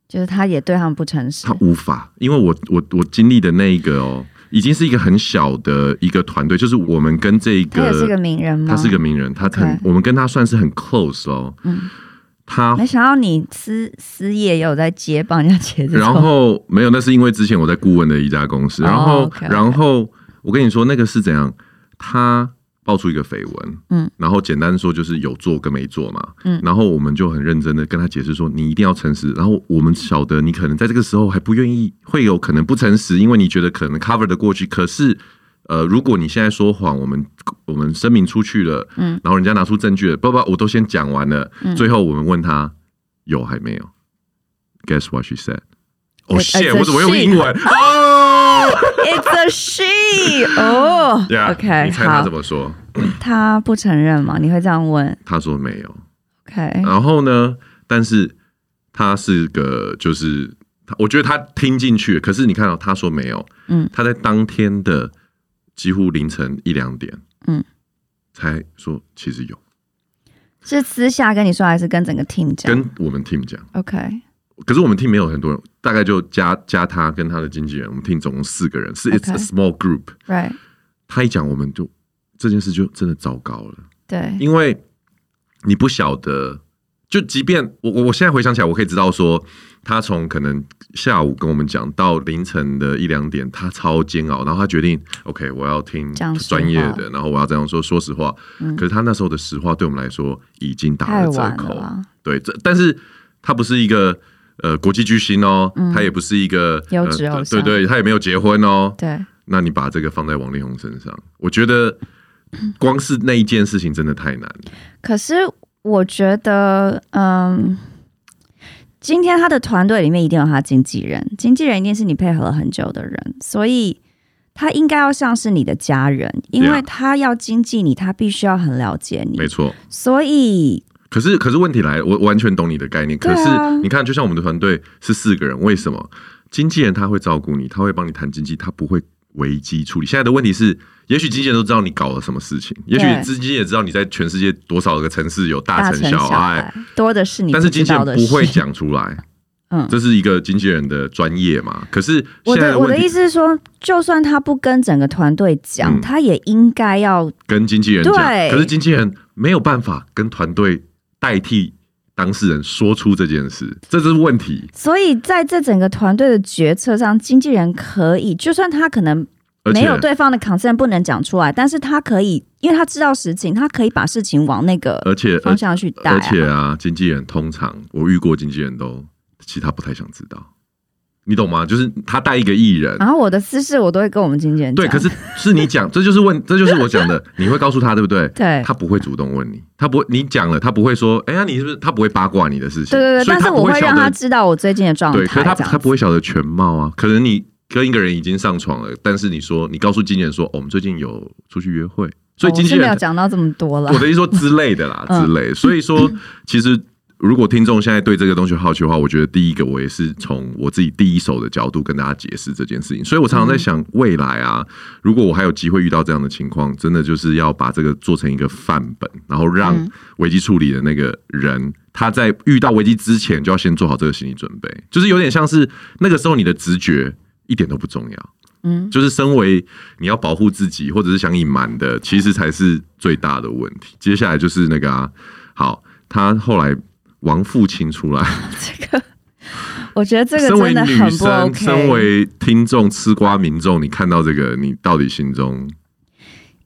Speaker 1: 就是他也对他们不诚实
Speaker 2: 他。无法，因为我我我经历的那一个哦，已经是一个很小的一个团队，就是我们跟这
Speaker 1: 他也是个
Speaker 2: 个
Speaker 1: 名人吗？
Speaker 2: 他是个名人，他很
Speaker 1: OK
Speaker 2: 我们跟他算是很 close 哦，
Speaker 1: 嗯
Speaker 2: 他
Speaker 1: 没想到你私私业也有在接帮人家接这种，
Speaker 2: 然后没有，那是因为之前我在顾问的一家公司，
Speaker 1: 哦
Speaker 2: 然后、
Speaker 1: OK，OK
Speaker 2: 然后我跟你说那个是怎样，他爆出一个绯闻，
Speaker 1: 嗯，
Speaker 2: 然后简单说就是有做跟没做嘛，
Speaker 1: 嗯
Speaker 2: 然后我们就很认真的跟他解释说你一定要诚实，然后我们晓得你可能在这个时候还不愿意，会有可能不诚实，因为你觉得可能 cover 的过去，可是。呃，如果你现在说谎，我们我们声明出去了，
Speaker 1: 嗯，
Speaker 2: 然后人家拿出证据了，不不，我都先讲完了，
Speaker 1: 嗯
Speaker 2: 最后我们问他有还没有，Guess what she said? 哦
Speaker 1: It's a
Speaker 2: shit，我怎么用
Speaker 1: she
Speaker 2: 英文？哦
Speaker 1: It's a she 哦、
Speaker 2: 呀
Speaker 1: o k
Speaker 2: 你猜他
Speaker 1: 好
Speaker 2: 怎，么说？
Speaker 1: 他不承认嘛？你会这样问
Speaker 2: 他说没有。
Speaker 1: ？OK，
Speaker 2: 然后呢，但是他是个就是，我觉得他听进去，可是你看到、他说没有，
Speaker 1: 嗯，
Speaker 2: 他在当天的几乎凌晨一两点，
Speaker 1: 嗯，
Speaker 2: 才说其实有
Speaker 1: 是私下跟你说，还是跟整个 team 讲
Speaker 2: 跟我们 team 讲，
Speaker 1: ？OK，
Speaker 2: 可是我们 team 没有很多人，大概就加加他跟他的经纪人，我们 team 总共四个人，是 it's a
Speaker 1: OK
Speaker 2: small group。
Speaker 1: right，
Speaker 2: 他一讲，我们就这件事就真的糟糕了。
Speaker 1: 对，
Speaker 2: 因为你不晓得，就即便我我我现在回想起来，我可以知道说，他从可能下午跟我们讲到凌晨的一两点，他超煎熬，然后他决定，OK，我要听
Speaker 1: 讲实话
Speaker 2: 专业的，然后我要这样说说实话。可是他那时候的实话对我们来说已经打
Speaker 1: 太
Speaker 2: 了折
Speaker 1: 晚了
Speaker 2: 扣，
Speaker 1: 啦，
Speaker 2: 对，这但是他不是一个。呃，国际巨星哦，
Speaker 1: 嗯
Speaker 2: 他也不是一个
Speaker 1: 优质
Speaker 2: 呃
Speaker 1: 偶
Speaker 2: 对
Speaker 1: 像
Speaker 2: 对，他也没有结婚哦，
Speaker 1: 对，
Speaker 2: 那你把这个放在王力宏身上，我觉得光是那一件事情真的太难了。
Speaker 1: 可是我觉得，嗯，今天他的团队里面一定有他经纪人，经纪人一定是你配合了很久的人，所以他应该要像是你的家人，因为
Speaker 2: Yeah
Speaker 1: 他要经纪你，他必须要很了解你
Speaker 2: 没，错，
Speaker 1: 所以
Speaker 2: 可是可是问题来了，我我完全懂你的概念。
Speaker 1: 对
Speaker 2: 可
Speaker 1: 啊
Speaker 2: 是你看，就像我们的团队是四个人，为什么经纪人他会照顾你，他会帮你谈经济，他不会危机处理？现在的问题是，也许经纪人都知道你搞了什么事情，也
Speaker 1: 对
Speaker 2: 许经纪人也知道你在全世界多少个城市有大城
Speaker 1: 城
Speaker 2: 小爱，
Speaker 1: 爱多的是你
Speaker 2: 但是经纪
Speaker 1: 道的
Speaker 2: 人不会
Speaker 1: 事
Speaker 2: 讲出来。
Speaker 1: 嗯
Speaker 2: 这是一个经纪人的专业嘛？可是
Speaker 1: 我
Speaker 2: 现在
Speaker 1: 的我
Speaker 2: 问
Speaker 1: 的
Speaker 2: 题
Speaker 1: 意思是说，就算他不跟整个团队讲，
Speaker 2: 嗯
Speaker 1: 他也应该要
Speaker 2: 跟经纪人讲，
Speaker 1: 对
Speaker 2: 可是经纪人没有办法跟团队代替当事人说出这件事，这就是问题。
Speaker 1: 所以在这整个团队的决策上，经纪人可以，就算他可能
Speaker 2: 而
Speaker 1: 没
Speaker 2: 且
Speaker 1: 有对方的 consent 不能讲出来，但是他可以，因为他知道实情，他可以把事情往那个
Speaker 2: 而且而
Speaker 1: 方向去带、啊。
Speaker 2: 而且啊，经纪人通常我遇过经纪人都，其实他不太想知道，你懂吗？就是他带一个艺人。
Speaker 1: 然后我的私事我都会跟我们经纪人讲。
Speaker 2: 对，可是是你讲，这就是问，这就是我 讲的，你会告诉他，对不对？
Speaker 1: 对
Speaker 2: 他不会主动问你，他不会，你讲了，他不会说，哎呀，你是不是？他不会八卦你的事情，
Speaker 1: 对对对，
Speaker 2: 所以
Speaker 1: 但
Speaker 2: 他
Speaker 1: 是
Speaker 2: 不
Speaker 1: 我
Speaker 2: 会
Speaker 1: 会
Speaker 2: 晓
Speaker 1: 让
Speaker 2: 得
Speaker 1: 他知道我最近的状态。
Speaker 2: 对，可是他
Speaker 1: 这样
Speaker 2: 他不会晓得全貌啊。可能你跟一个人已经上床了，但是你说你告诉经纪人说、哦我们最近有出去约会，所以
Speaker 1: 哦
Speaker 2: 经纪
Speaker 1: 我是没有
Speaker 2: 人、
Speaker 1: 讲到这么多了
Speaker 2: 我。的意思说之类的啦，
Speaker 1: 嗯
Speaker 2: 之类。所以说，其实如果听众现在对这个东西有好奇的话，我觉得第一个我也是从我自己第一手的角度跟大家解释这件事情。所以我常常
Speaker 1: 嗯
Speaker 2: 在想，未来啊，如果我还有机会遇到这样的情况，真的就是要把这个做成一个范本，然后让
Speaker 1: 嗯
Speaker 2: 危机处理的那个人，他在遇到危机之前就要先做好这个心理准备，就是有点像是那个时候你的直觉一点都不重要。
Speaker 1: 嗯，
Speaker 2: 就是身为你要保护自己或者是想隐瞒的，其实才是最大的问题。接下来就是那个啊，好，他后来王父亲出来，
Speaker 1: 我觉得这个
Speaker 2: 身为
Speaker 1: 真的
Speaker 2: 女
Speaker 1: 很不
Speaker 2: 生，
Speaker 1: OK。
Speaker 2: 身为听众、吃瓜民众，你看到这个，你到底心中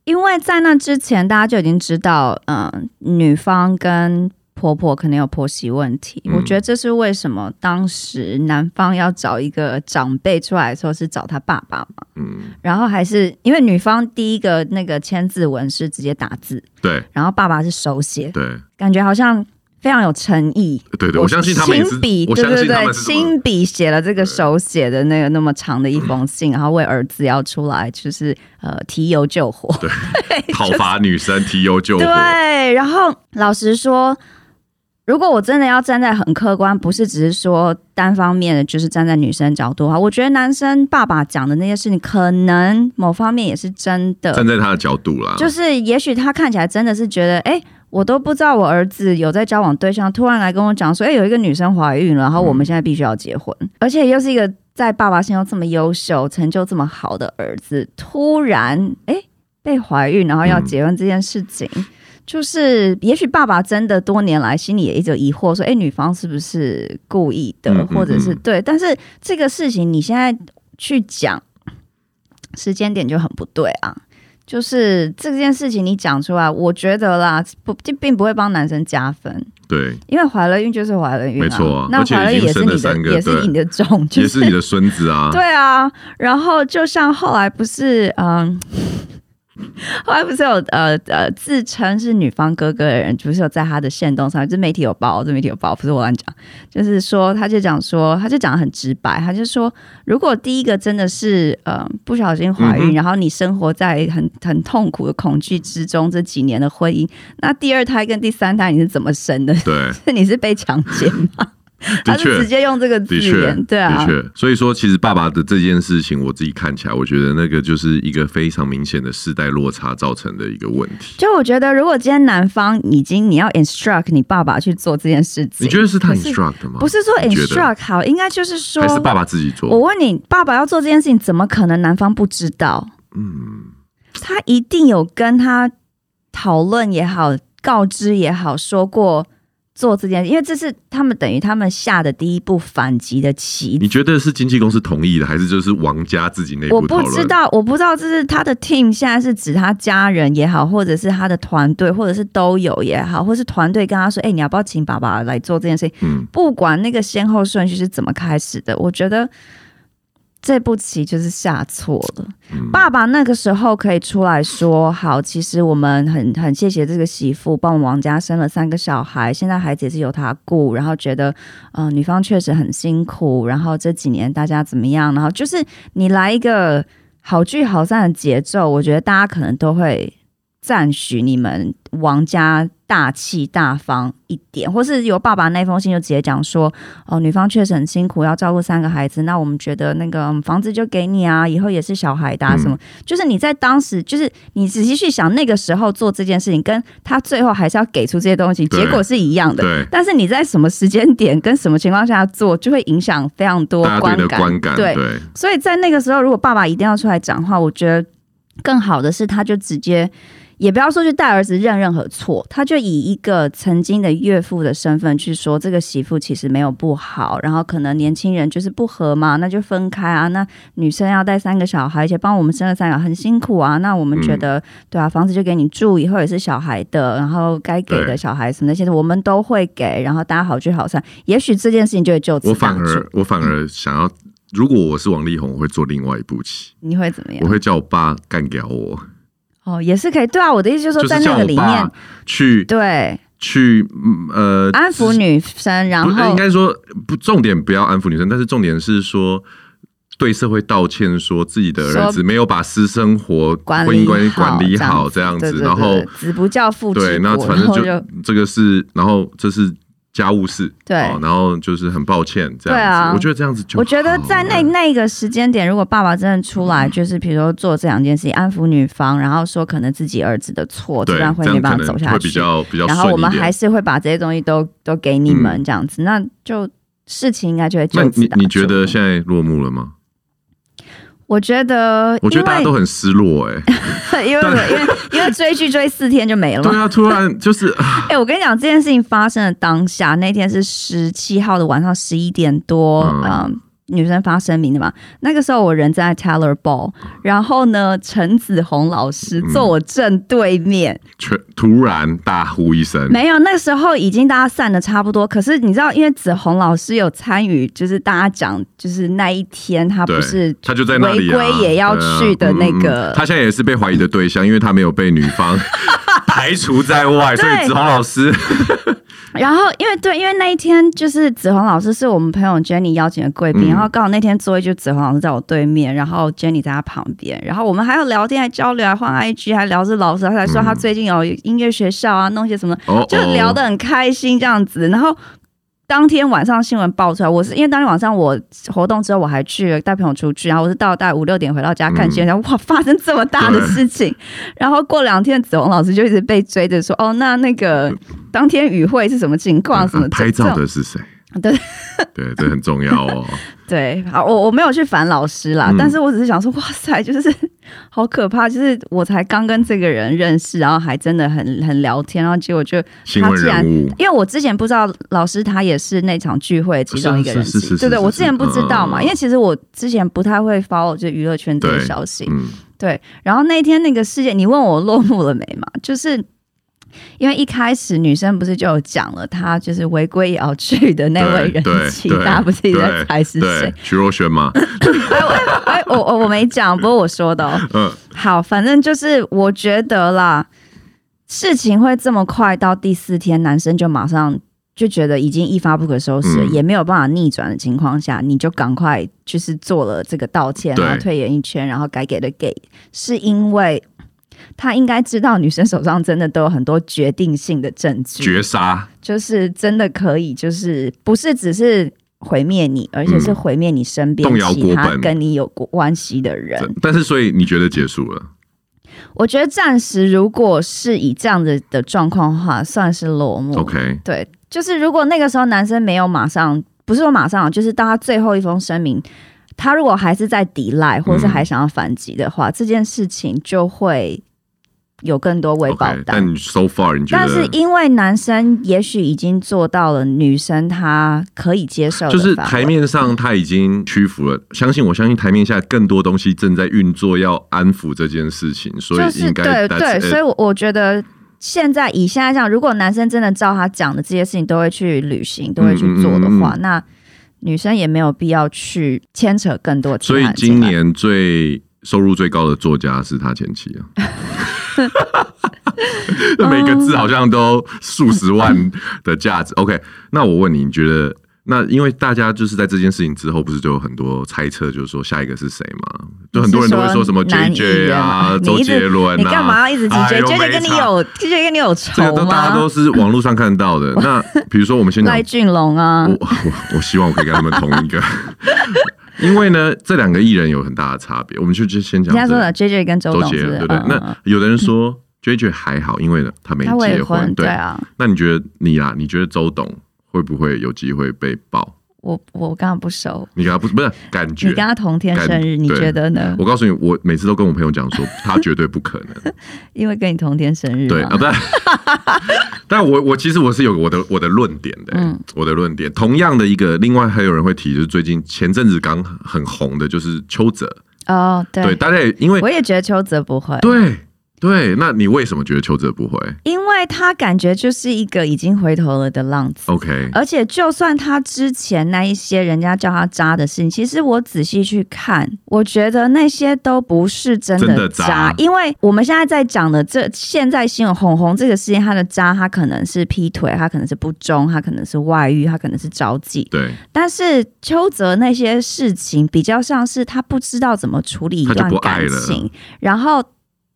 Speaker 1: 因为在那之前，大家就已经知道，嗯、女方跟婆婆可能有婆媳问题。
Speaker 2: 嗯
Speaker 1: 我觉得这是为什么当时男方要找一个长辈出来的时候是找他爸爸嘛，
Speaker 2: 嗯，
Speaker 1: 然后还是因为女方第一个那个签字文是直接打字，
Speaker 2: 对
Speaker 1: 然后爸爸是手写，
Speaker 2: 对
Speaker 1: 感觉好像非常有诚意。
Speaker 2: 对对，我相信他们也是
Speaker 1: 亲笔，，
Speaker 2: 我
Speaker 1: 对
Speaker 2: 相
Speaker 1: 对
Speaker 2: 信他
Speaker 1: 对，
Speaker 2: 们是这么
Speaker 1: 亲笔写了这个手写的那个那么长的一封信，然后为儿子要出来，就是呃提油救火。
Speaker 2: 讨伐女生、提油救火，
Speaker 1: 对，然后老实说，如果我真的要站在很客观，不是只是说单方面的，就是站在女生角度哈，我觉得男生爸爸讲的那些事情，可能某方面也是真
Speaker 2: 站
Speaker 1: 的，
Speaker 2: 在他的角度啦，
Speaker 1: 就是也许他看起来真的是觉得，哎。我都不知道我儿子有在交往对象，突然来跟我讲说，哎、有一个女生怀孕了，然后我们现在必须要结婚，而且又是一个在爸爸心中这么优秀、成就这么好的儿子，突然哎、被怀孕，然后要
Speaker 2: 嗯
Speaker 1: 结婚这件事情，就是，也许爸爸真的多年来心里也一直有疑惑，说，哎、女方是不是故意的，
Speaker 2: 嗯嗯
Speaker 1: 或者是
Speaker 2: 嗯
Speaker 1: 对？但是这个事情你现在去讲，时间点就很不对啊。就是这件事情你讲出来，我觉得啦，不，这并不会帮男生加分，
Speaker 2: 对，
Speaker 1: 因为怀了孕就是怀了孕、啊，
Speaker 2: 没错啊
Speaker 1: 那
Speaker 2: 而且
Speaker 1: 怀了
Speaker 2: 已
Speaker 1: 孕
Speaker 2: 经
Speaker 1: 也是
Speaker 2: 生了
Speaker 1: 你的
Speaker 2: 三，个
Speaker 1: 也是
Speaker 2: 对
Speaker 1: 你的种，就
Speaker 2: 也 是你的孙子啊，
Speaker 1: 对啊，然后就像后来不是嗯， 后来不是有呃呃自称是女方哥哥的人，不是有在他的线动上面，这媒体有报，这媒体有报，不是我乱讲，就是说他就讲说，他就讲的很直白，他就说，如果第一个真的是呃不小心怀
Speaker 2: 嗯
Speaker 1: 孕，
Speaker 2: 哼
Speaker 1: 然后你生活在很很痛苦的恐惧之中这几年的婚姻，那第二胎跟第三胎你是怎么生的？
Speaker 2: 对，
Speaker 1: 是你是被强奸吗？他
Speaker 2: 的
Speaker 1: 是
Speaker 2: 确
Speaker 1: 直，接用这个字
Speaker 2: 的确
Speaker 1: 眼，，对啊，
Speaker 2: 的确。所以说，其实爸爸的这件事情，我自己看起来，我觉得那个就是一个非常明显的世代落差造成的一个问题。
Speaker 1: 就我觉得，如果今天男方已经你要 instruct 你爸爸去做这件事情，
Speaker 2: 你觉得是他
Speaker 1: 可是
Speaker 2: instruct 的吗？
Speaker 1: 不是说
Speaker 2: 你觉得
Speaker 1: instruct 好，应该就是说
Speaker 2: 还是爸爸自己
Speaker 1: 我
Speaker 2: 做？
Speaker 1: 问你，爸爸要做这件事情，怎么可能男方不知道？
Speaker 2: 嗯，
Speaker 1: 他一定有跟他讨论也好，告知也好，说过做这件事，因为这是他们等于他们下的第一步反击的棋
Speaker 2: 你觉得是经纪公司同意的，还是就是王家自己内
Speaker 1: 我
Speaker 2: 部
Speaker 1: 不
Speaker 2: 讨
Speaker 1: 知
Speaker 2: 论？
Speaker 1: 道，我不知道这是他的 team 现在是指他家人也好，或者是他的团队，或者是都有也好，或是团队跟他说：“哎、你要不要请爸爸来做这件事情
Speaker 2: 嗯？”，
Speaker 1: 不管那个先后顺序是怎么开始的，我觉得这步棋就是下错了。
Speaker 2: 嗯
Speaker 1: 爸爸那个时候可以出来说：“好，其实我们很很谢谢这个媳妇，帮我们王家生了三个小孩，现在孩子也是由他顾，然后觉得嗯、呃女方确实很辛苦，然后这几年大家怎么样？然后就是你来一个好聚好散的节奏，我觉得大家可能都会赞许你们王家大气大方一点，或是由爸爸那封信就直接讲说，哦、女方确实很辛苦，要照顾三个孩子，那我们觉得那个嗯房子就给你啊，以后也是小孩的、啊、
Speaker 2: 嗯
Speaker 1: 什么，就是你在当时，就是你仔细去想那个时候做这件事情，跟他最后还是要给出这些东西，
Speaker 2: 对
Speaker 1: 结果是一样的。
Speaker 2: 对，
Speaker 1: 但是你在什么时间点跟什么情况下做，就会影响非常多
Speaker 2: 大家对
Speaker 1: 观
Speaker 2: 你的
Speaker 1: 感。
Speaker 2: 观感，
Speaker 1: 对
Speaker 2: 对，
Speaker 1: 所以在那个时候，如果爸爸一定要出来讲话，我觉得更好的是，他就直接也不要说去带儿子认任何错，他就以一个曾经的岳父的身份去说，这个媳妇其实没有不好，然后可能年轻人就是不合嘛，那就分开啊。那女生要带三个小孩，而且帮我们生了三个，很辛苦啊。那我们
Speaker 2: 嗯
Speaker 1: 觉得，对啊，房子就给你住，以后也是小孩的，然后该给的
Speaker 2: 对
Speaker 1: 小孩什么那些，我们都会给，然后大家好聚好散。也许这件事情就会就此
Speaker 2: 我反
Speaker 1: 挡住
Speaker 2: 而我反而想要，如果我是王力宏，我会做另外一步棋，
Speaker 1: 你会怎么样
Speaker 2: 我？会叫我爸干掉我，
Speaker 1: 哦，也是可以，对啊，我的意思就是
Speaker 2: 就
Speaker 1: 说，在
Speaker 2: 是
Speaker 1: 那
Speaker 2: 叫
Speaker 1: 个
Speaker 2: 我
Speaker 1: 里面
Speaker 2: 爸，去
Speaker 1: 对，
Speaker 2: 去嗯呃
Speaker 1: 安抚女生，然
Speaker 2: 不是，
Speaker 1: 后
Speaker 2: 应该说不，重点不要安抚女生，但是重点是说对社会道歉，说自己的儿子没有把私生活、
Speaker 1: 管
Speaker 2: 婚
Speaker 1: 理
Speaker 2: 姻关系管理好
Speaker 1: 这
Speaker 2: 这样
Speaker 1: 对
Speaker 2: 子，
Speaker 1: 对
Speaker 2: 然后
Speaker 1: 对子不教父之
Speaker 2: 对，那
Speaker 1: 过
Speaker 2: 反
Speaker 1: 然
Speaker 2: 正
Speaker 1: 后
Speaker 2: 就
Speaker 1: 就
Speaker 2: 这个是，然后这是家务事，
Speaker 1: 对
Speaker 2: 哦然后就是很抱歉这
Speaker 1: 对
Speaker 2: 样
Speaker 1: 啊
Speaker 2: 子，我觉得这样子就
Speaker 1: 我觉得
Speaker 2: 好
Speaker 1: 在那
Speaker 2: 了嗯
Speaker 1: 那个时间点，如果爸爸真的出来，就是比如说做这两件事情，安抚女方，然后说可能自己儿子的错，
Speaker 2: 对
Speaker 1: 这段
Speaker 2: 这
Speaker 1: 婚姻没
Speaker 2: 样
Speaker 1: 办
Speaker 2: 可
Speaker 1: 法走
Speaker 2: 能
Speaker 1: 下
Speaker 2: 会比
Speaker 1: 去，
Speaker 2: 较比较
Speaker 1: 然后
Speaker 2: 顺
Speaker 1: 我
Speaker 2: 一
Speaker 1: 们还
Speaker 2: 点。嗯
Speaker 1: 是会把这些东西都都给你们这样子，那就事情应该就会
Speaker 2: 那
Speaker 1: 就此
Speaker 2: 你
Speaker 1: 打
Speaker 2: 你觉
Speaker 1: 住
Speaker 2: 得？现在落幕了吗？
Speaker 1: 我觉得，
Speaker 2: 我觉得大家
Speaker 1: 因
Speaker 2: 都
Speaker 1: 为
Speaker 2: 很失落 哎、
Speaker 1: 因为因为因为追剧追四天就没了嘛
Speaker 2: 对，啊，突然就是
Speaker 1: 哎、我跟你讲，这件事情发生的当下，那天是十七号的晚上十一点多，
Speaker 2: 嗯
Speaker 1: 嗯、女生发声明的嘛。那个时候我人在 Teller Ball，然后呢，陈子红老师
Speaker 2: 嗯
Speaker 1: 坐我正对面。
Speaker 2: 全突然大呼一声，
Speaker 1: 没有，那时候已经大家散的差不多。可是你知道，因为子红老师有参与，就是大家讲，就是那一天他
Speaker 2: 对
Speaker 1: 不是
Speaker 2: 他就在那里、啊、
Speaker 1: 违规也要去的那个
Speaker 2: 对啊嗯嗯嗯他现在也是被怀疑的对象，因为他没有被女方 排除在外，
Speaker 1: 对
Speaker 2: 所以子红老师
Speaker 1: 然后，因为对，因为那一天就是子红老师是我们朋友 Jenny 邀请的贵宾，
Speaker 2: 嗯
Speaker 1: 然后刚好那天座位就子红老师在我对面，然后 Jenny 在他旁边，然后我们还有聊天，还交流，还换 IG，还聊着老师，他还说他最近有音乐学校啊，弄些什么，
Speaker 2: 哦哦
Speaker 1: 就聊得很开心这样子。然后当天晚上新闻爆出来，我是因为当天晚上我活动之后，我还去了带朋友出去，然后我是到大概五六点回到家看新闻，
Speaker 2: 嗯
Speaker 1: 然后哇，发生这么大的事情。然后过两天，子红老师就一直被追着说，哦，那那个当天与会是什么情况？什么
Speaker 2: 嗯拍照
Speaker 1: 这种
Speaker 2: 的是谁？
Speaker 1: 对
Speaker 2: 对，这很重要 哦。
Speaker 1: 对，好，我我没有去烦老师啦，
Speaker 2: 嗯
Speaker 1: 但是我只是想说，哇塞，就是好可怕，就是我才刚跟这个人认识，然后还真的很很聊天，然后结果就
Speaker 2: 新闻人物
Speaker 1: 因为我之前不知道老师他也是那场聚会其中一个人之一，
Speaker 2: 是是是是
Speaker 1: 对
Speaker 2: 是
Speaker 1: 对，
Speaker 2: 是
Speaker 1: 我之前不知道嘛，
Speaker 2: 嗯
Speaker 1: 因为其实我之前不太会 follow 就娱乐圈这些消息，
Speaker 2: 嗯，
Speaker 1: 对。然后那天那个事件，你问我落幕了没嘛？就是因为一开始女生不是就有讲了，她就是违规也要去的那位
Speaker 2: 对
Speaker 1: 人气，
Speaker 2: 对对
Speaker 1: 大家不是一直在猜是谁
Speaker 2: 对？，徐若瑄嘛，
Speaker 1: 哎，我哎我我我没讲，不是我说的、哦。
Speaker 2: 嗯，
Speaker 1: 好，反正就是我觉得啦，事情会这么快，到第四天，男生就马上就觉得已经一发不可收拾，
Speaker 2: 嗯
Speaker 1: 也没有办法逆转的情况下，你就赶快就是做了这个道歉，
Speaker 2: 对
Speaker 1: 然后退演艺圈，然后该给的给，是因为他应该知道女生手上真的都有很多决定性的证据，
Speaker 2: 绝杀，
Speaker 1: 就是真的可以，就是不是只是。毁灭你，而且是
Speaker 2: 嗯
Speaker 1: 毁灭你身边
Speaker 2: 动摇
Speaker 1: 其
Speaker 2: 国
Speaker 1: 他
Speaker 2: 本
Speaker 1: 跟你有关系的人。
Speaker 2: 但是所以你觉得结束了？
Speaker 1: 我觉得暂时如果是以这样子的状况的话，算是落幕。
Speaker 2: OK，
Speaker 1: 对，就是如果那个时候男生没有马上，不是说马上，就是到他最后一封声明，他如果还是在抵赖，或者
Speaker 2: 嗯
Speaker 1: 是还想要反击的话，这件事情就会有更多未报
Speaker 2: OK，
Speaker 1: 答。
Speaker 2: 但你 so far 你觉
Speaker 1: 但是
Speaker 2: 得
Speaker 1: 因为男生也许已经做到了女生她可以接受的
Speaker 2: 就
Speaker 1: 范围，
Speaker 2: 是台面上他已经屈服了，相信我，相信台面下更多东西正在运作，要安抚这件事情，所
Speaker 1: 就
Speaker 2: 以
Speaker 1: 是
Speaker 2: 应该
Speaker 1: 对对，
Speaker 2: that's it
Speaker 1: 所以我我觉得现在以现在这样，如果男生真的照他讲的这些事情都会去履行，都会去做的话，
Speaker 2: 嗯
Speaker 1: 那女生也没有必要去牵扯更多其
Speaker 2: 所
Speaker 1: 他
Speaker 2: 以
Speaker 1: 人进
Speaker 2: 今
Speaker 1: 来。
Speaker 2: 年最收入最高的作家是他前 妻啊。每个字好像都数十万的 价值。OK，那我问你，你觉得那因为大家就是在这件事情之后，不是就有很多猜测，就是说下一个是谁嘛？就很多人都会说什么
Speaker 1: 你是说
Speaker 2: J
Speaker 1: 男艺
Speaker 2: J
Speaker 1: 人
Speaker 2: 啊
Speaker 1: 吗、
Speaker 2: 周杰伦啊，
Speaker 1: 你干嘛要一直提
Speaker 2: 哎
Speaker 1: J
Speaker 2: 呦
Speaker 1: J
Speaker 2: 没
Speaker 1: J 跟你
Speaker 2: 差
Speaker 1: 有 J J 跟你有
Speaker 2: 这个
Speaker 1: 仇
Speaker 2: 都大家
Speaker 1: 吗
Speaker 2: 都？是网络上看 到的。那比如说我们先讲
Speaker 1: 赖俊龙啊
Speaker 2: 我， 我我希望我可以跟他们同一个， 因为呢，这两个艺人有很大的差别。我们就就先
Speaker 1: 人
Speaker 2: 讲
Speaker 1: 家
Speaker 2: 这
Speaker 1: 说
Speaker 2: 个
Speaker 1: 的 J J 跟周
Speaker 2: 周
Speaker 1: 董
Speaker 2: 杰
Speaker 1: 是不
Speaker 2: 伦，
Speaker 1: 是
Speaker 2: 对不对？
Speaker 1: 嗯嗯
Speaker 2: 那有的人说 J J 还好，因为呢他没
Speaker 1: 他
Speaker 2: 结
Speaker 1: 未婚，对
Speaker 2: 对。
Speaker 1: 啊，
Speaker 2: 那你觉得你啦？你觉得周董会不会有机会被爆？
Speaker 1: 我我刚刚不熟，
Speaker 2: 你跟他不不是感觉
Speaker 1: 你？跟他同天
Speaker 2: 感
Speaker 1: 生日，你
Speaker 2: 对
Speaker 1: 觉得呢
Speaker 2: 我？告诉你，我每次都跟我朋友讲说，他绝对不可能。
Speaker 1: 因为跟你同天生日
Speaker 2: 对
Speaker 1: 嘛
Speaker 2: 啊，，不然，但 我我其实我是有我的我的论点的、
Speaker 1: 嗯
Speaker 2: 我的论点。同样的一个，另外还有人会提，就是最近前阵子刚很红的，就是邱泽。
Speaker 1: 哦，对
Speaker 2: 对，大家也因为
Speaker 1: 我也觉得邱泽不会，
Speaker 2: 对对，那你为什么觉得邱泽不会
Speaker 1: 因为他感觉就是一个已经回头了的浪子。
Speaker 2: ？OK，
Speaker 1: 而且，就算他之前那一些人家叫他渣的事情，其实我仔细去看，我觉得那些都不是真
Speaker 2: 真的
Speaker 1: 渣，
Speaker 2: 渣
Speaker 1: 因为我们现在在讲的这现在新闻红红这个事情，他的渣，他可能是劈腿，他可能是不忠，他可能是外遇，他可能是着急。
Speaker 2: 对，
Speaker 1: 但是邱泽那些事情比较像是他不知道怎么处理一
Speaker 2: 他
Speaker 1: 段
Speaker 2: 就不爱
Speaker 1: 感
Speaker 2: 了
Speaker 1: 情，然后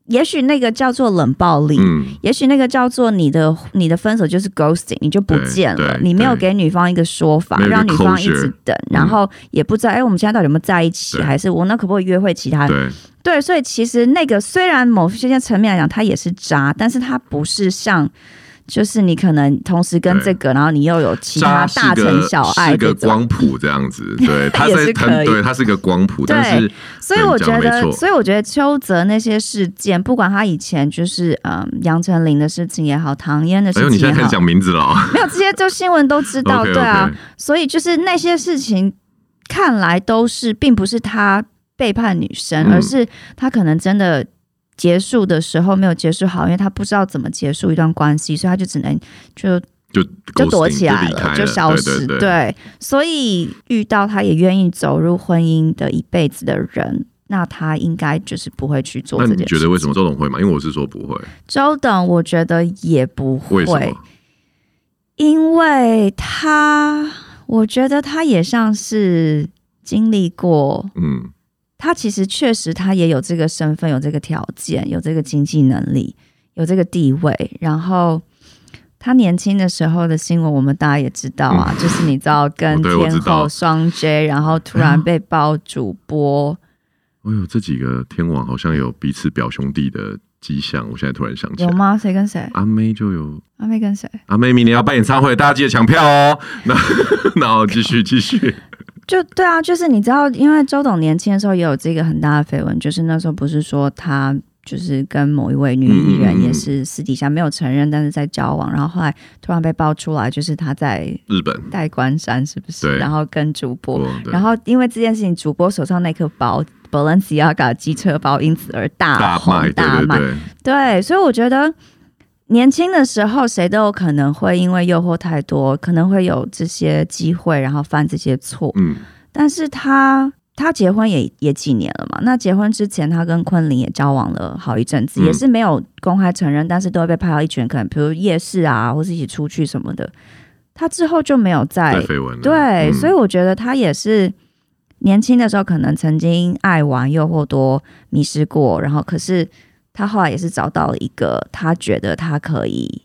Speaker 1: 也许那个叫做冷暴力，
Speaker 2: 嗯，
Speaker 1: 也许那个叫做你的你的分手就是 ghosting，你就不见
Speaker 2: 对
Speaker 1: 了，
Speaker 2: 对
Speaker 1: 你没有给女方一个说法
Speaker 2: 没，有一个
Speaker 1: 让女方一
Speaker 2: closure，嗯
Speaker 1: 直等，然后也不知道哎、我们现在到底有没有在一起，
Speaker 2: 对
Speaker 1: 还是我那可不可以约会其他人？
Speaker 2: 对，
Speaker 1: 对，所以其实那个虽然某些层面来讲，它也是渣，但是它不是像。就是你可能同时跟
Speaker 2: 对
Speaker 1: 这个，然后你又有其他
Speaker 2: 渣是
Speaker 1: 大
Speaker 2: 个
Speaker 1: 城小爱
Speaker 2: 是
Speaker 1: 这
Speaker 2: 个
Speaker 1: 种，
Speaker 2: 光谱这 样子，对，他
Speaker 1: 也
Speaker 2: 在
Speaker 1: 是
Speaker 2: 他
Speaker 1: 可以
Speaker 2: 对他是个光谱，但
Speaker 1: 对
Speaker 2: 是
Speaker 1: 所以我觉
Speaker 2: 对你讲得没
Speaker 1: 得，
Speaker 2: 错
Speaker 1: 所以我觉得邱泽那些事件，不管他以前就是嗯杨丞琳的事情也好，唐嫣的事
Speaker 2: 哎呦，
Speaker 1: 情
Speaker 2: 你现
Speaker 1: 也
Speaker 2: 在开
Speaker 1: 好
Speaker 2: 始，讲名字了哦
Speaker 1: 没有这些就新闻都知道，
Speaker 2: ，OK
Speaker 1: 对啊
Speaker 2: OK，，
Speaker 1: 所以就是那些事情看来都是，并不是他背叛女生，
Speaker 2: 嗯
Speaker 1: 而是他可能真的。结束的时候没有结束好，因为他不知道怎么结束一段关系，所以他就只能就
Speaker 2: 就
Speaker 1: 就躲
Speaker 2: ghosting，
Speaker 1: 起来
Speaker 2: 就离开
Speaker 1: 了，就消
Speaker 2: 对
Speaker 1: 失。
Speaker 2: 对对
Speaker 1: 对，所以遇到他也愿意走入婚姻的一辈子的人，那他应该就是不会去做
Speaker 2: 那
Speaker 1: 这
Speaker 2: 你
Speaker 1: 件
Speaker 2: 觉
Speaker 1: 事
Speaker 2: 得。为什么周董会嘛？因为我是说不会，
Speaker 1: 周董，我觉得也不会
Speaker 2: 为什，么？
Speaker 1: 因为他，我觉得他也像是经历过。
Speaker 2: 嗯，
Speaker 1: 他其实确实，他也有这个身份，有这个条件，有这个经济能力，有这个地位。然后他年轻的时候的新闻，我们大家也知道啊，就是你知道跟
Speaker 2: 嗯哦对我知
Speaker 1: 天
Speaker 2: 道嗯
Speaker 1: 后双 J，然后突然被爆主播，
Speaker 2: 哎呦，这几个天王好像有彼此表兄弟的迹象，我现在突然想起
Speaker 1: 有
Speaker 2: 来，
Speaker 1: 吗？谁跟谁？
Speaker 2: 阿妹就有
Speaker 1: 阿妹跟谁？
Speaker 2: 阿妹明年要办演唱会，大家记得抢票哦。 那那我继续继续，
Speaker 1: 就对啊，就是你知道，因为周董年轻的时候也有这个很大的绯闻，就是那时候不是说他就是跟某一位女艺
Speaker 2: 嗯嗯嗯
Speaker 1: 人
Speaker 2: 嗯
Speaker 1: 也是私底下没有承认，但是在交往，然后后来突然被爆出来，就是他在
Speaker 2: 日本，
Speaker 1: 戴冠山是不是？
Speaker 2: 对
Speaker 1: 然后跟主播，
Speaker 2: 哦对
Speaker 1: 然后因为这件事情，主播手上那颗包 Balenciaga 机车包因此而大
Speaker 2: 大卖，
Speaker 1: 红
Speaker 2: 对
Speaker 1: 大
Speaker 2: 对
Speaker 1: 卖。
Speaker 2: 对，
Speaker 1: 对，所以我觉得年轻的时候谁都有可能会因为诱惑太多，可能会有这些机会，然后犯这些错。
Speaker 2: 嗯，
Speaker 1: 但是他他结婚也也几年了嘛？那结婚之前，他跟昆凌也交往了好一阵子，
Speaker 2: 嗯
Speaker 1: 也是没有公开承认，但是都会被拍到一群，可能比如夜市啊，或是一起出去什么的。他之后就没有再
Speaker 2: 对绯闻了，
Speaker 1: 对，
Speaker 2: 嗯
Speaker 1: 所以我觉得他也是年轻的时候可能曾经爱玩又或多迷失过，然后可是他后来也是找到了一个他觉得他可以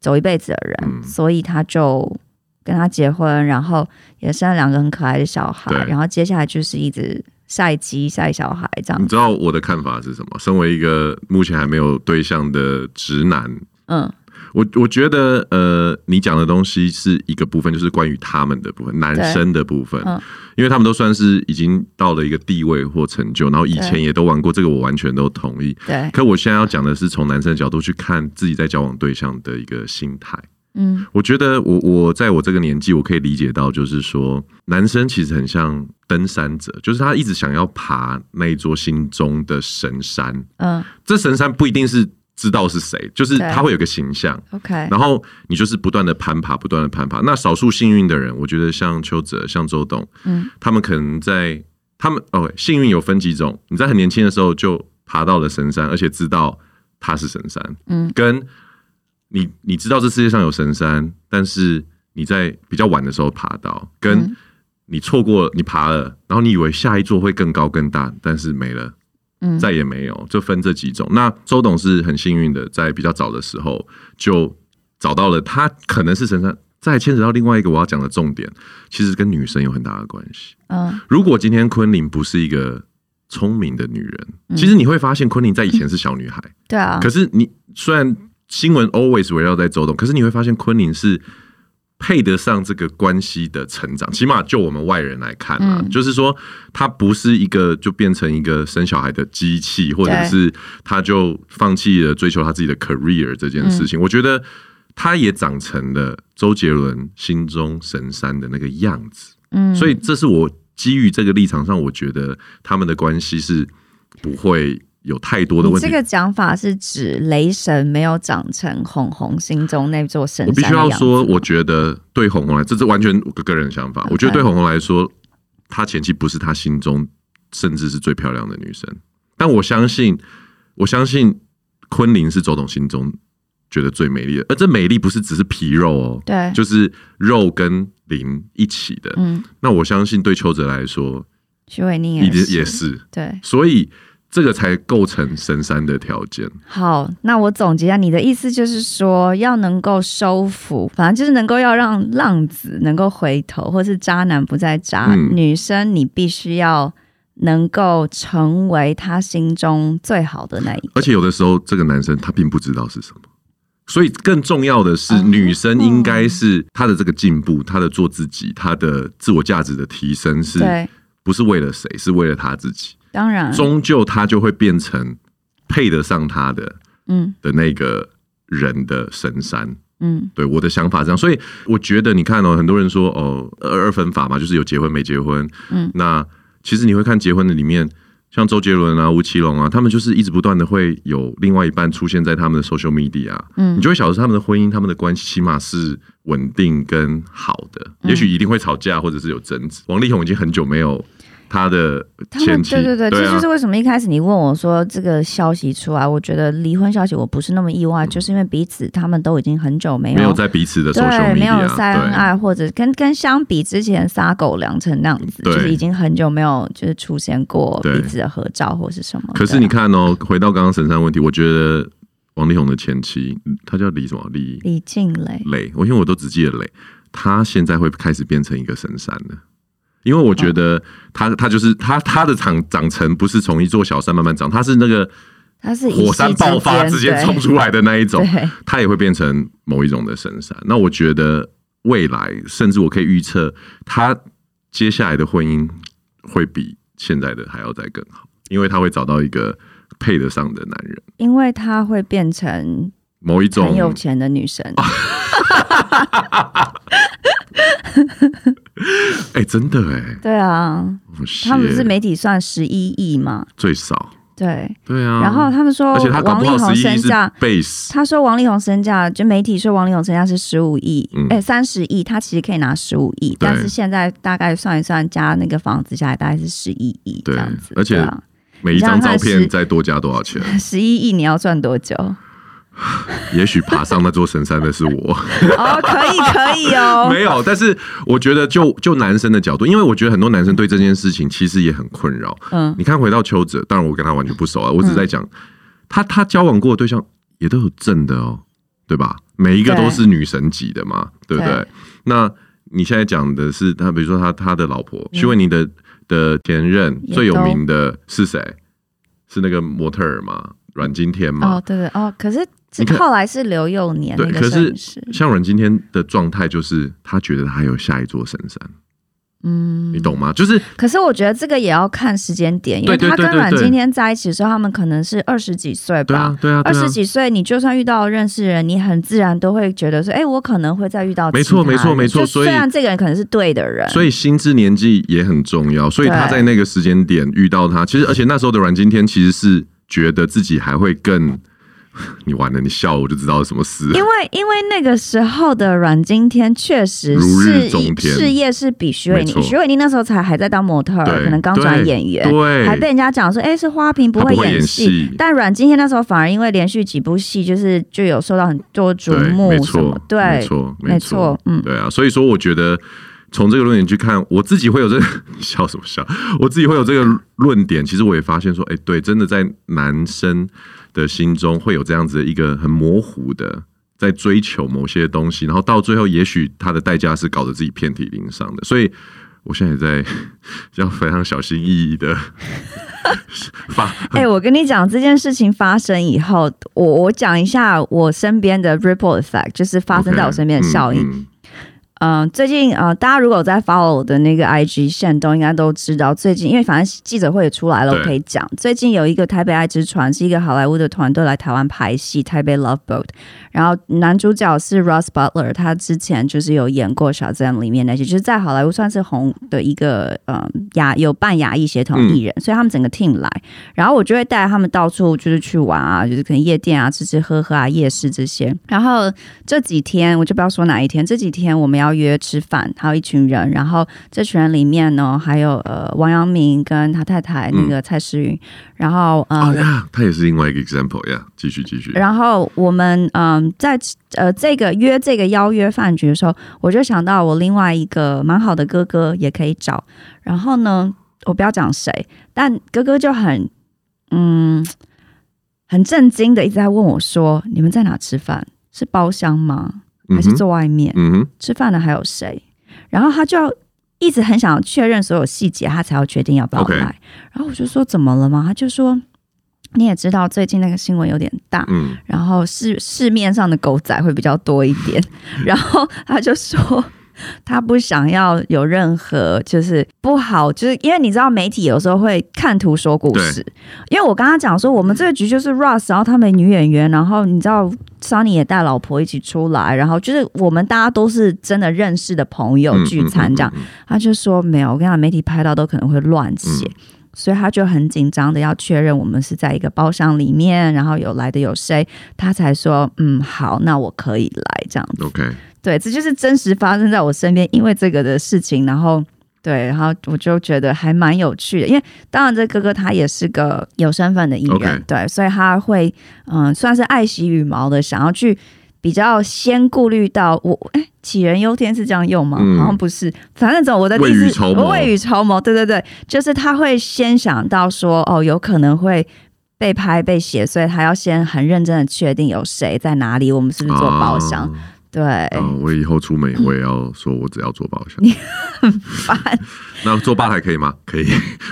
Speaker 1: 走一辈子的人，
Speaker 2: 嗯
Speaker 1: 所以他就跟他结婚，然后也生了两个很可爱的小孩
Speaker 2: 对，
Speaker 1: 然后接下来就是一直晒鸡晒小孩这样
Speaker 2: 你，知道我的看法是什么？身为一个目前还没有对象的直男，
Speaker 1: 嗯，
Speaker 2: 我我觉得，呃，你讲的东西是一个部分，就是关于他们的部分，男生的部分，
Speaker 1: 嗯
Speaker 2: 因为他们都算是已经到了一个地位或成就，然后以前
Speaker 1: 对
Speaker 2: 也都玩过，这个我完全都同意。
Speaker 1: 对，
Speaker 2: 可我现在要讲的是，从男生的角度去看自己在交往对象的一个心态。
Speaker 1: 嗯，
Speaker 2: 我觉得我我在我这个年纪，我可以理解到，就是说，男生其实很像登山者，就是他一直想要爬那一座心中的神山。
Speaker 1: 嗯
Speaker 2: 这神山不一定是知道是谁，就是
Speaker 1: 对
Speaker 2: 他会有个形象。
Speaker 1: ，OK，
Speaker 2: 然后你就是不断的攀爬，不断的攀爬。那少数幸运的人，我觉得像邱泽、像周董，
Speaker 1: 嗯，
Speaker 2: 他们可能在他们哦，幸运有分几种。你在很年轻的时候就爬到了神山，而且知道它是神山，
Speaker 1: 嗯，
Speaker 2: 跟你你知道这世界上有神山，但是你在比较晚的时候爬到，跟
Speaker 1: 嗯
Speaker 2: 你错过你爬了，然后你以为下一座会更高更大，但是没了。
Speaker 1: 嗯
Speaker 2: 再也没有，就分这几种。那周董是很幸运的，在比较早的时候就找到了他可能是神山。再牵扯到另外一个我要讲的重点，其实跟女生有很大的关系。
Speaker 1: 嗯
Speaker 2: 如果今天昆凌不是一个聪明的女人，其实你会发现昆凌在以前是小女孩，
Speaker 1: 对啊
Speaker 2: 可，是你虽然新闻 always 围绕在周董，可是你会发现昆凌是配得上这个关系的成长，起码就我们外人来看啦，
Speaker 1: 嗯
Speaker 2: 就是说她不是一个就变成一个生小孩的机器，或者
Speaker 1: 对
Speaker 2: 是她就放弃了追求她自己的 career 这件事情。
Speaker 1: 嗯
Speaker 2: 我觉得她也长成了周杰伦心中神山的那个样子，
Speaker 1: 嗯，
Speaker 2: 所以这是我基于这个立场上，我觉得他们的关系是不会。有太多的
Speaker 1: 你
Speaker 2: 问题
Speaker 1: 这个讲法是指雷神没有长成红红心中那座神
Speaker 2: 我
Speaker 1: 山
Speaker 2: 必
Speaker 1: 的
Speaker 2: 须要
Speaker 1: 样子
Speaker 2: 说，我觉得对红红来，这是完全我个人想法。我觉得
Speaker 1: OK
Speaker 2: 对红红来说，她前妻不是她心中甚至是最漂亮的女生，但我相信，我相信昆凌是周董心中觉得最美丽的，而这美丽不是只是皮肉哦，
Speaker 1: 对，
Speaker 2: 就是肉跟鳞一起的。
Speaker 1: 嗯，
Speaker 2: 那我相信对邱泽来说，
Speaker 1: 徐伟宁
Speaker 2: 一定
Speaker 1: 是
Speaker 2: 也是，
Speaker 1: 对。
Speaker 2: 所以这个才构成神山的条件。
Speaker 1: 好，那我总结一下，你的意思就是说，要能够收服，反正就是能够要让浪子能够回头，或是渣男不再渣，
Speaker 2: 嗯
Speaker 1: 女生你必须要能够成为他心中最好的那一个。
Speaker 2: 而且有的时候，这个男生他并不知道是什么，所以更重要的是，
Speaker 1: 哦
Speaker 2: 女生应该是她的这个进步，她的做自己，她的自我价值的提升，呃是
Speaker 1: 对，嗯
Speaker 2: 不是为了谁？是为了她自己。
Speaker 1: 当然，
Speaker 2: 终究，她就会变成配得上她的
Speaker 1: 嗯
Speaker 2: 的那个人的神山。
Speaker 1: 嗯，
Speaker 2: 对我的想法是这样，所以我觉得你看哦，很多人说哦，二二分法嘛，就是有结婚没结婚。
Speaker 1: 嗯，
Speaker 2: 那其实你会看结婚的里面，像周杰伦啊、吴奇隆啊，他们就是一直不断的会有另外一半出现在他们的 social media，啊
Speaker 1: 嗯
Speaker 2: 你就会晓得他们的婚姻、他们的关系起码是稳定跟好的，
Speaker 1: 嗯
Speaker 2: 也许一定会吵架或者是有争执。王力宏已经很久没有他的
Speaker 1: 他
Speaker 2: 前
Speaker 1: 们
Speaker 2: 妻，
Speaker 1: 对对对，这
Speaker 2: 啊
Speaker 1: 就是为什么一开始你问我说这个消息出来，我觉得离婚消息我不是那么意外，就是因为彼此他们都已经很久没有
Speaker 2: 啊没有在彼此的 social
Speaker 1: 对
Speaker 2: media，
Speaker 1: 没有晒恩
Speaker 2: 对
Speaker 1: 爱，或者跟跟相比之前撒狗粮成那样子，
Speaker 2: 对
Speaker 1: 就是已经很久没有就是出现过
Speaker 2: 对
Speaker 1: 彼此的合照或是什么的。
Speaker 2: 可是你看哦，回到刚刚神山问题，我觉得王力宏的前妻，嗯她叫李什么李
Speaker 1: 李静蕾，
Speaker 2: 磊，我因为我都只记得磊，她现在会开始变成一个神山了。因为我觉得她，她就是她，她的长长成不是从一座小山慢慢长，她是那个
Speaker 1: 她是一夕
Speaker 2: 火山爆发直接
Speaker 1: 对
Speaker 2: 冲出来的那一种，
Speaker 1: 对，
Speaker 2: 它也会变成某一种的神山。那我觉得未来，甚至我可以预测，他接下来的婚姻会比现在的还要再更好，因为他会找到一个配得上的男人，
Speaker 1: 因为她会变成
Speaker 2: 某一
Speaker 1: 很
Speaker 2: 种
Speaker 1: 有钱的女生，
Speaker 2: 啊哎、真的哎、
Speaker 1: 对啊，
Speaker 2: 哦
Speaker 1: 他们不是
Speaker 2: 谢
Speaker 1: 啊媒体算十一亿嘛，
Speaker 2: 最少。
Speaker 1: 对，
Speaker 2: 对啊。
Speaker 1: 然后他们说
Speaker 2: 而且他搞
Speaker 1: 王
Speaker 2: 不
Speaker 1: 力
Speaker 2: 好
Speaker 1: 宏
Speaker 2: 十一
Speaker 1: 身
Speaker 2: 亿是
Speaker 1: 价
Speaker 2: base，
Speaker 1: 他说王力宏身价，就媒体说王力宏身价是十五亿
Speaker 2: 嗯，
Speaker 1: 哎、三十亿，他其实可以拿十五亿，但是现在大概算一算，加那个房子下来，大概是十一亿
Speaker 2: 对
Speaker 1: 这样子。啊
Speaker 2: 而且每一张照片再多加多少钱？
Speaker 1: 十一亿你要赚多久？
Speaker 2: 也许爬上那座神山的是我。
Speaker 1: 哦，可以可以哦，
Speaker 2: 没有，但是我觉得就就男生的角度，因为我觉得很多男生对这件事情其实也很困扰。
Speaker 1: 嗯，
Speaker 2: 你看，回到邱泽，当然我跟他完全不熟啊，我只在讲、他他交往过的对象也都有正的哦，对吧？每一个
Speaker 1: 对
Speaker 2: 都是女神级的嘛，对不对？
Speaker 1: 对
Speaker 2: 那你现在讲的是他，比如说他他的老婆徐伟宁的的前任
Speaker 1: 嗯也
Speaker 2: 最有
Speaker 1: 都
Speaker 2: 名的是谁？是那个模特儿嘛，阮经天嘛？
Speaker 1: 哦对对哦，可是
Speaker 2: 你看
Speaker 1: 后来是刘幼年
Speaker 2: 对
Speaker 1: 那
Speaker 2: 可
Speaker 1: 个摄
Speaker 2: 是
Speaker 1: 影师，
Speaker 2: 像阮经天的状态就是，他觉得他还有下一座神山，
Speaker 1: 嗯
Speaker 2: 你。懂吗？就是
Speaker 1: 可是我觉得这个也要看时间点，因为
Speaker 2: 对对
Speaker 1: 他
Speaker 2: 对
Speaker 1: 跟
Speaker 2: 对
Speaker 1: 阮
Speaker 2: 对
Speaker 1: 经天在一起的时候，他们可能是二十几岁
Speaker 2: 对
Speaker 1: 吧，
Speaker 2: 啊，对啊，
Speaker 1: 二
Speaker 2: 对啊
Speaker 1: 十，几岁，你就算遇到认识人，你很自然都会觉得说，哎、我可能会再遇到
Speaker 2: 没错
Speaker 1: 其他
Speaker 2: 没错
Speaker 1: 人
Speaker 2: 没错
Speaker 1: 就
Speaker 2: 所以
Speaker 1: 虽然这个人可能是对的人，
Speaker 2: 所以心智年纪也很重要。所以他
Speaker 1: 对
Speaker 2: 在那个时间点遇到他，其实而且那时候的阮经天其实是觉得自己还会更， 你完了，你笑我就知道是什么事了。
Speaker 1: 因为因为那个时候的阮经天确实
Speaker 2: 如日
Speaker 1: 是
Speaker 2: 中天
Speaker 1: 事业是比徐伟
Speaker 2: 没错
Speaker 1: 宁，徐伟宁那时候才还在当模特儿，
Speaker 2: 对
Speaker 1: 呃可能刚转演员，
Speaker 2: 对，
Speaker 1: 还被人家讲说，哎、是花瓶不
Speaker 2: 他
Speaker 1: 会
Speaker 2: 不会演
Speaker 1: 戏
Speaker 2: 戏。
Speaker 1: 但阮经天那时候反而因为连续几部戏，就是就有受到很多瞩
Speaker 2: 对，
Speaker 1: 目
Speaker 2: 没
Speaker 1: 什么
Speaker 2: 错，，
Speaker 1: 对，
Speaker 2: 没错，
Speaker 1: 没错，嗯，
Speaker 2: 对啊，所以说我觉得从这个论点去看，我自己会有这 你笑什么笑？我自己会有这个论点。其实我也发现说，哎、对，真的在男生的心中会有这样子的一个很模糊的。在追求某些东西，然后到最后，也许他的代价是搞得自己遍体鳞伤的。所以，我现在也在 要非常小心翼翼的 发
Speaker 1: 哎、我跟你讲这件事情发生以后，我我讲一下我身边的 ripple effect，就是发生在我身边的效应。
Speaker 2: 嗯嗯
Speaker 1: 嗯、最近呃，大家如果有在 follow 我的那个 IG 线动，应该都知道，最近因为反正记者会也出来了，
Speaker 2: 对
Speaker 1: 我可以讲。最近有一个台北爱之船是一个好莱坞的团队来台湾拍戏，台北 Love Boat，然后男主角是 Ross Butler，他之前就是有演过《小 Z》里面那些，就是在好莱坞算是红的一个呃亚有半亚裔协同艺人，所以他们整个 team 来，然后我就会带他们到处就是去玩啊，就是可能夜店啊、吃吃喝喝啊、夜市这些，然后。这几天我就不要说哪一天，这几天我们要约吃饭，还有一群人，然后这群人里面呢，还有呃王阳明跟他太太那个蔡诗芸，然后呃、
Speaker 2: 哦呀，他也是另外一个 example 呀。继续继续，
Speaker 1: 然后我们嗯、在呃这个约这个邀约饭局的时候，我就想到我另外一个蛮好的哥哥也可以找。然后呢，我不要讲谁，但哥哥就很嗯很震惊的一直在问我说：“你们在哪吃饭？是包厢吗？还是
Speaker 2: 嗯哼
Speaker 1: 坐外面？”
Speaker 2: 嗯哼，
Speaker 1: 吃饭的还有谁？然后他就一直很想确认所有细节，他才要决定要不要
Speaker 2: OK
Speaker 1: 来。然后我就说怎么了吗？他就说你也知道最近那个新闻有点大，
Speaker 2: 嗯，
Speaker 1: 然后市市面上的狗仔会比较多一 点。然后他就说。他不想要有任何就是不好，就是因为你知道媒体有时候会看图说故事。因为我刚刚讲说，我们这个局就是 Russ，然后他们女演员，然后你知道 Sunny 也带老婆一起出来，然后就是我们大家都是真的认识的朋友
Speaker 2: 嗯
Speaker 1: 聚餐这样。，
Speaker 2: 嗯嗯嗯
Speaker 1: 他就说没有，我跟你讲，媒体拍到都可能会乱写，所以他就很紧张的要确认我们是在一个包厢里面，然后有来的有谁，他才说嗯好，那我可以来这样
Speaker 2: 嗯 OK，
Speaker 1: 对，这就是真实发生在我身边，因为这个的事情，然后对，然后我就觉得还蛮有趣的，因为当然这哥哥他也是个有身份的艺人
Speaker 2: OK
Speaker 1: 对，所以他会嗯算是爱惜羽毛的，想要去比较先顾虑到我，哎，杞人忧天是这样用吗？
Speaker 2: 嗯
Speaker 1: 好像不是，反正总我的
Speaker 2: 未
Speaker 1: 意思
Speaker 2: 雨绸缪
Speaker 1: 我未雨绸缪，对对对，就是他会先想到说哦，有可能会。被拍被写，所以他要先很认真的确定有谁在哪里，我们是不是做包厢？哎
Speaker 2: 啊
Speaker 1: 对，
Speaker 2: 哦，我以后出门我也要说，我只要做包厢。
Speaker 1: 烦、
Speaker 2: 那做吧台可以吗？可 以，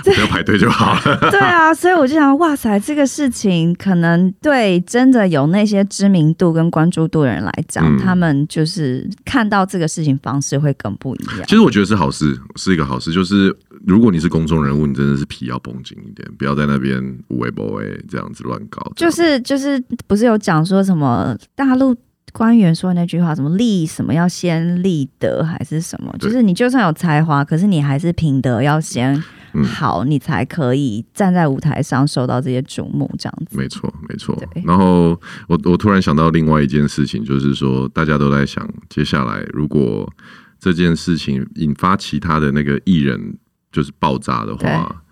Speaker 2: 不要排队就好了。
Speaker 1: 对啊，所以我就想，哇塞，这个事情可能对真的有那些知名度跟关注度的人来讲，
Speaker 2: 嗯
Speaker 1: 他们就是看到这个事情方式会更不一样
Speaker 2: 其。实我觉得是好事，是一个好事。就是如果你是公众人物，你真的是皮要绷紧一点，不要在那边无为不为这样子乱搞。这
Speaker 1: 就
Speaker 2: 样
Speaker 1: 是就是，不是有讲说什么大陆官员说那句话，什么立什么要先立德还是什么？就
Speaker 2: 对
Speaker 1: 是你就算有才华，可是你还是品德要先
Speaker 2: 嗯
Speaker 1: 好，你才可以站在舞台上受到这些瞩目，这样子。
Speaker 2: 没错，没错
Speaker 1: 对。
Speaker 2: 然后我我突然想到另外一件事情，就是说大家都在想，接下来如果这件事情引发其他的那个艺人就是爆炸的话，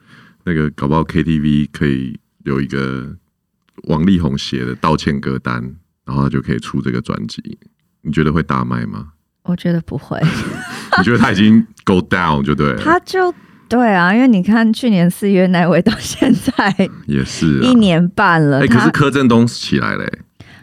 Speaker 2: 那个搞不好 KTV 可以有一个王力宏写的道歉歌单，然后他就可以出这个专辑。你觉得会大卖吗？
Speaker 1: 我觉得不会，
Speaker 2: 你觉得他已经 go down 就对了，
Speaker 1: 他就对啊，因为你看去年四月那位到现在
Speaker 2: 也是、啊
Speaker 1: 一。年半了，
Speaker 2: 哎、可
Speaker 1: 他
Speaker 2: 是柯震东起来了、欸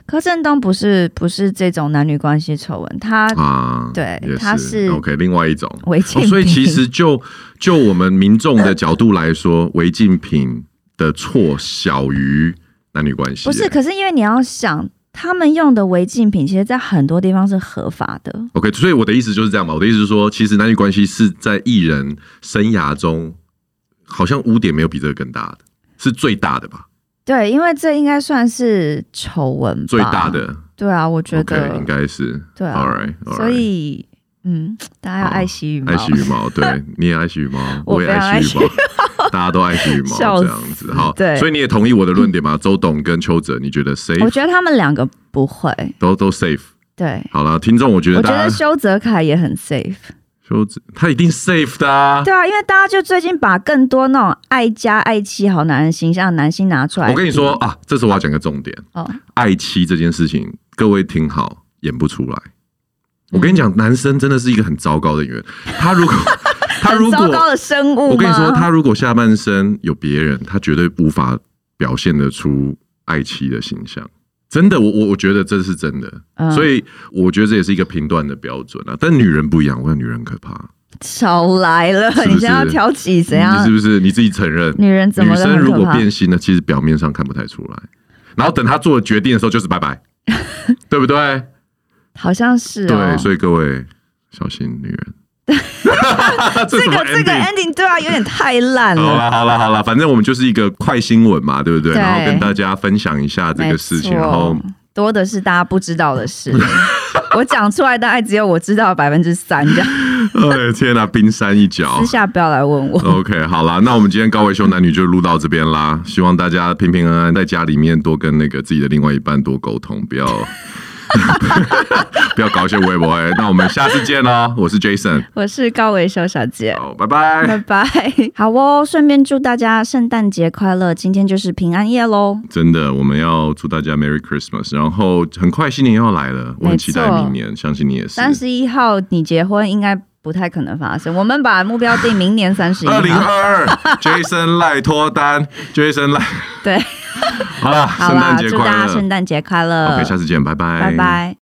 Speaker 1: 柯震东不是不是这种男女关系丑闻，他
Speaker 2: 啊，
Speaker 1: 对
Speaker 2: 也
Speaker 1: 他是
Speaker 2: OK 另外一种。
Speaker 1: 违禁
Speaker 2: 哦、
Speaker 1: 品、
Speaker 2: 所以其实就就我们民众的角度来说，违禁品的错小于男女关系。
Speaker 1: 不是，可是因为你要想，他们用的违禁品，其实在很多地方是合法的。
Speaker 2: OK，所以我的意思就是这样嘛。我的意思是说，其实男女关系是在艺人生涯中，好像污点没有比这个更大的，是最大的吧？
Speaker 1: 对，因为这应该算是丑闻吧，
Speaker 2: 最大。的
Speaker 1: 对啊，我觉
Speaker 2: OK
Speaker 1: 得
Speaker 2: 应该是
Speaker 1: 对
Speaker 2: All
Speaker 1: 啊，
Speaker 2: right，, all right
Speaker 1: 所以嗯，大家要
Speaker 2: 好
Speaker 1: 爱惜羽毛
Speaker 2: 爱。惜羽毛， 对，你也爱惜羽毛，
Speaker 1: 我
Speaker 2: 我也
Speaker 1: 非常
Speaker 2: 爱惜羽毛，大家都爱惜羽毛，
Speaker 1: 笑
Speaker 2: 这
Speaker 1: 死
Speaker 2: 样子好。
Speaker 1: 对
Speaker 2: 所以你也同意我的论点吗？周董跟邱泽，你觉得谁
Speaker 1: 我觉得他们两个不会，
Speaker 2: 都都 safe？
Speaker 1: 对。
Speaker 2: 好了，听众，我觉得
Speaker 1: 我觉
Speaker 2: 大
Speaker 1: 得
Speaker 2: 家
Speaker 1: 修泽楷也很 safe，
Speaker 2: 邱泽他一定 safe 的啊。
Speaker 1: 对啊，因为大家就最近把更多那种爱家爱妻好男人形象的男星拿出来。
Speaker 2: 我跟你说，啊，这是我要讲个重点，
Speaker 1: 哦，
Speaker 2: 爱妻这件事情，各位听好，演不出来。
Speaker 1: 嗯
Speaker 2: 我跟你讲，男生真的是一个很糟糕的演员。他如果他如
Speaker 1: 很
Speaker 2: 果
Speaker 1: 糟糕的生物吗？
Speaker 2: 我跟你说，他如果下半身有别人，他绝对无法表现得出爱妻的形象。真的，我我我觉得这是真的，
Speaker 1: 嗯
Speaker 2: 所以我觉得这也是一个评断的标准啊。但女人不一样，我想女人可怕，
Speaker 1: 少来了，
Speaker 2: 是不是
Speaker 1: 你现在要挑起怎样
Speaker 2: 你？是不是？你自己承认，
Speaker 1: 女人怎么
Speaker 2: 女
Speaker 1: 了很
Speaker 2: 生
Speaker 1: 可
Speaker 2: 如果
Speaker 1: 怕
Speaker 2: 变心了，其实表面上看不太出来，然后等她做了决定的时候就是 拜拜，对不对？
Speaker 1: 好像是、哦、
Speaker 2: 对，所以各位小心 女人。这
Speaker 1: 这
Speaker 2: 什
Speaker 1: 个
Speaker 2: 么
Speaker 1: 这个
Speaker 2: ending？
Speaker 1: ending 对啊，有点太烂
Speaker 2: 好
Speaker 1: 了。
Speaker 2: 啦好啦好啦，反正我们就是一个快新闻嘛，对不对？
Speaker 1: 对
Speaker 2: 然后跟大家分享一下这个事情，
Speaker 1: 没错
Speaker 2: 然后
Speaker 1: 多的是大家不知道的 事，我讲出来大概只有我知道百分之三这样，
Speaker 2: 哎天哪、冰山一角
Speaker 1: 私。下不要来问我。
Speaker 2: OK，好啦，那我们今天高维修男女就录到这边啦。希望大家平平安安，在家里面多跟那个自己的另外一半多沟通，不要 不要搞一些微博。那我们下次见喽，我是 Jason，
Speaker 1: 我是高维修小姐。
Speaker 2: 好，拜拜。
Speaker 1: 拜拜， 好哦！顺便祝大家圣诞节快乐，今天就是平安夜喽。
Speaker 2: 真的，我们要祝大家 Merry Christmas，然后很快新年又要来了，我很期待明年，相信你也是。
Speaker 1: 三十一号你结婚应该不太可能发生，我们把目标定明年三十一
Speaker 2: 二零
Speaker 1: 号。
Speaker 2: 二二，Jason 赖脱单，Jason 赖，
Speaker 1: 对，
Speaker 2: 好啦，
Speaker 1: 好
Speaker 2: 圣
Speaker 1: 啦
Speaker 2: 诞，节
Speaker 1: 祝
Speaker 2: 快
Speaker 1: 大家
Speaker 2: 乐
Speaker 1: 圣诞节快乐
Speaker 2: OK，下次见，拜拜，
Speaker 1: 拜拜。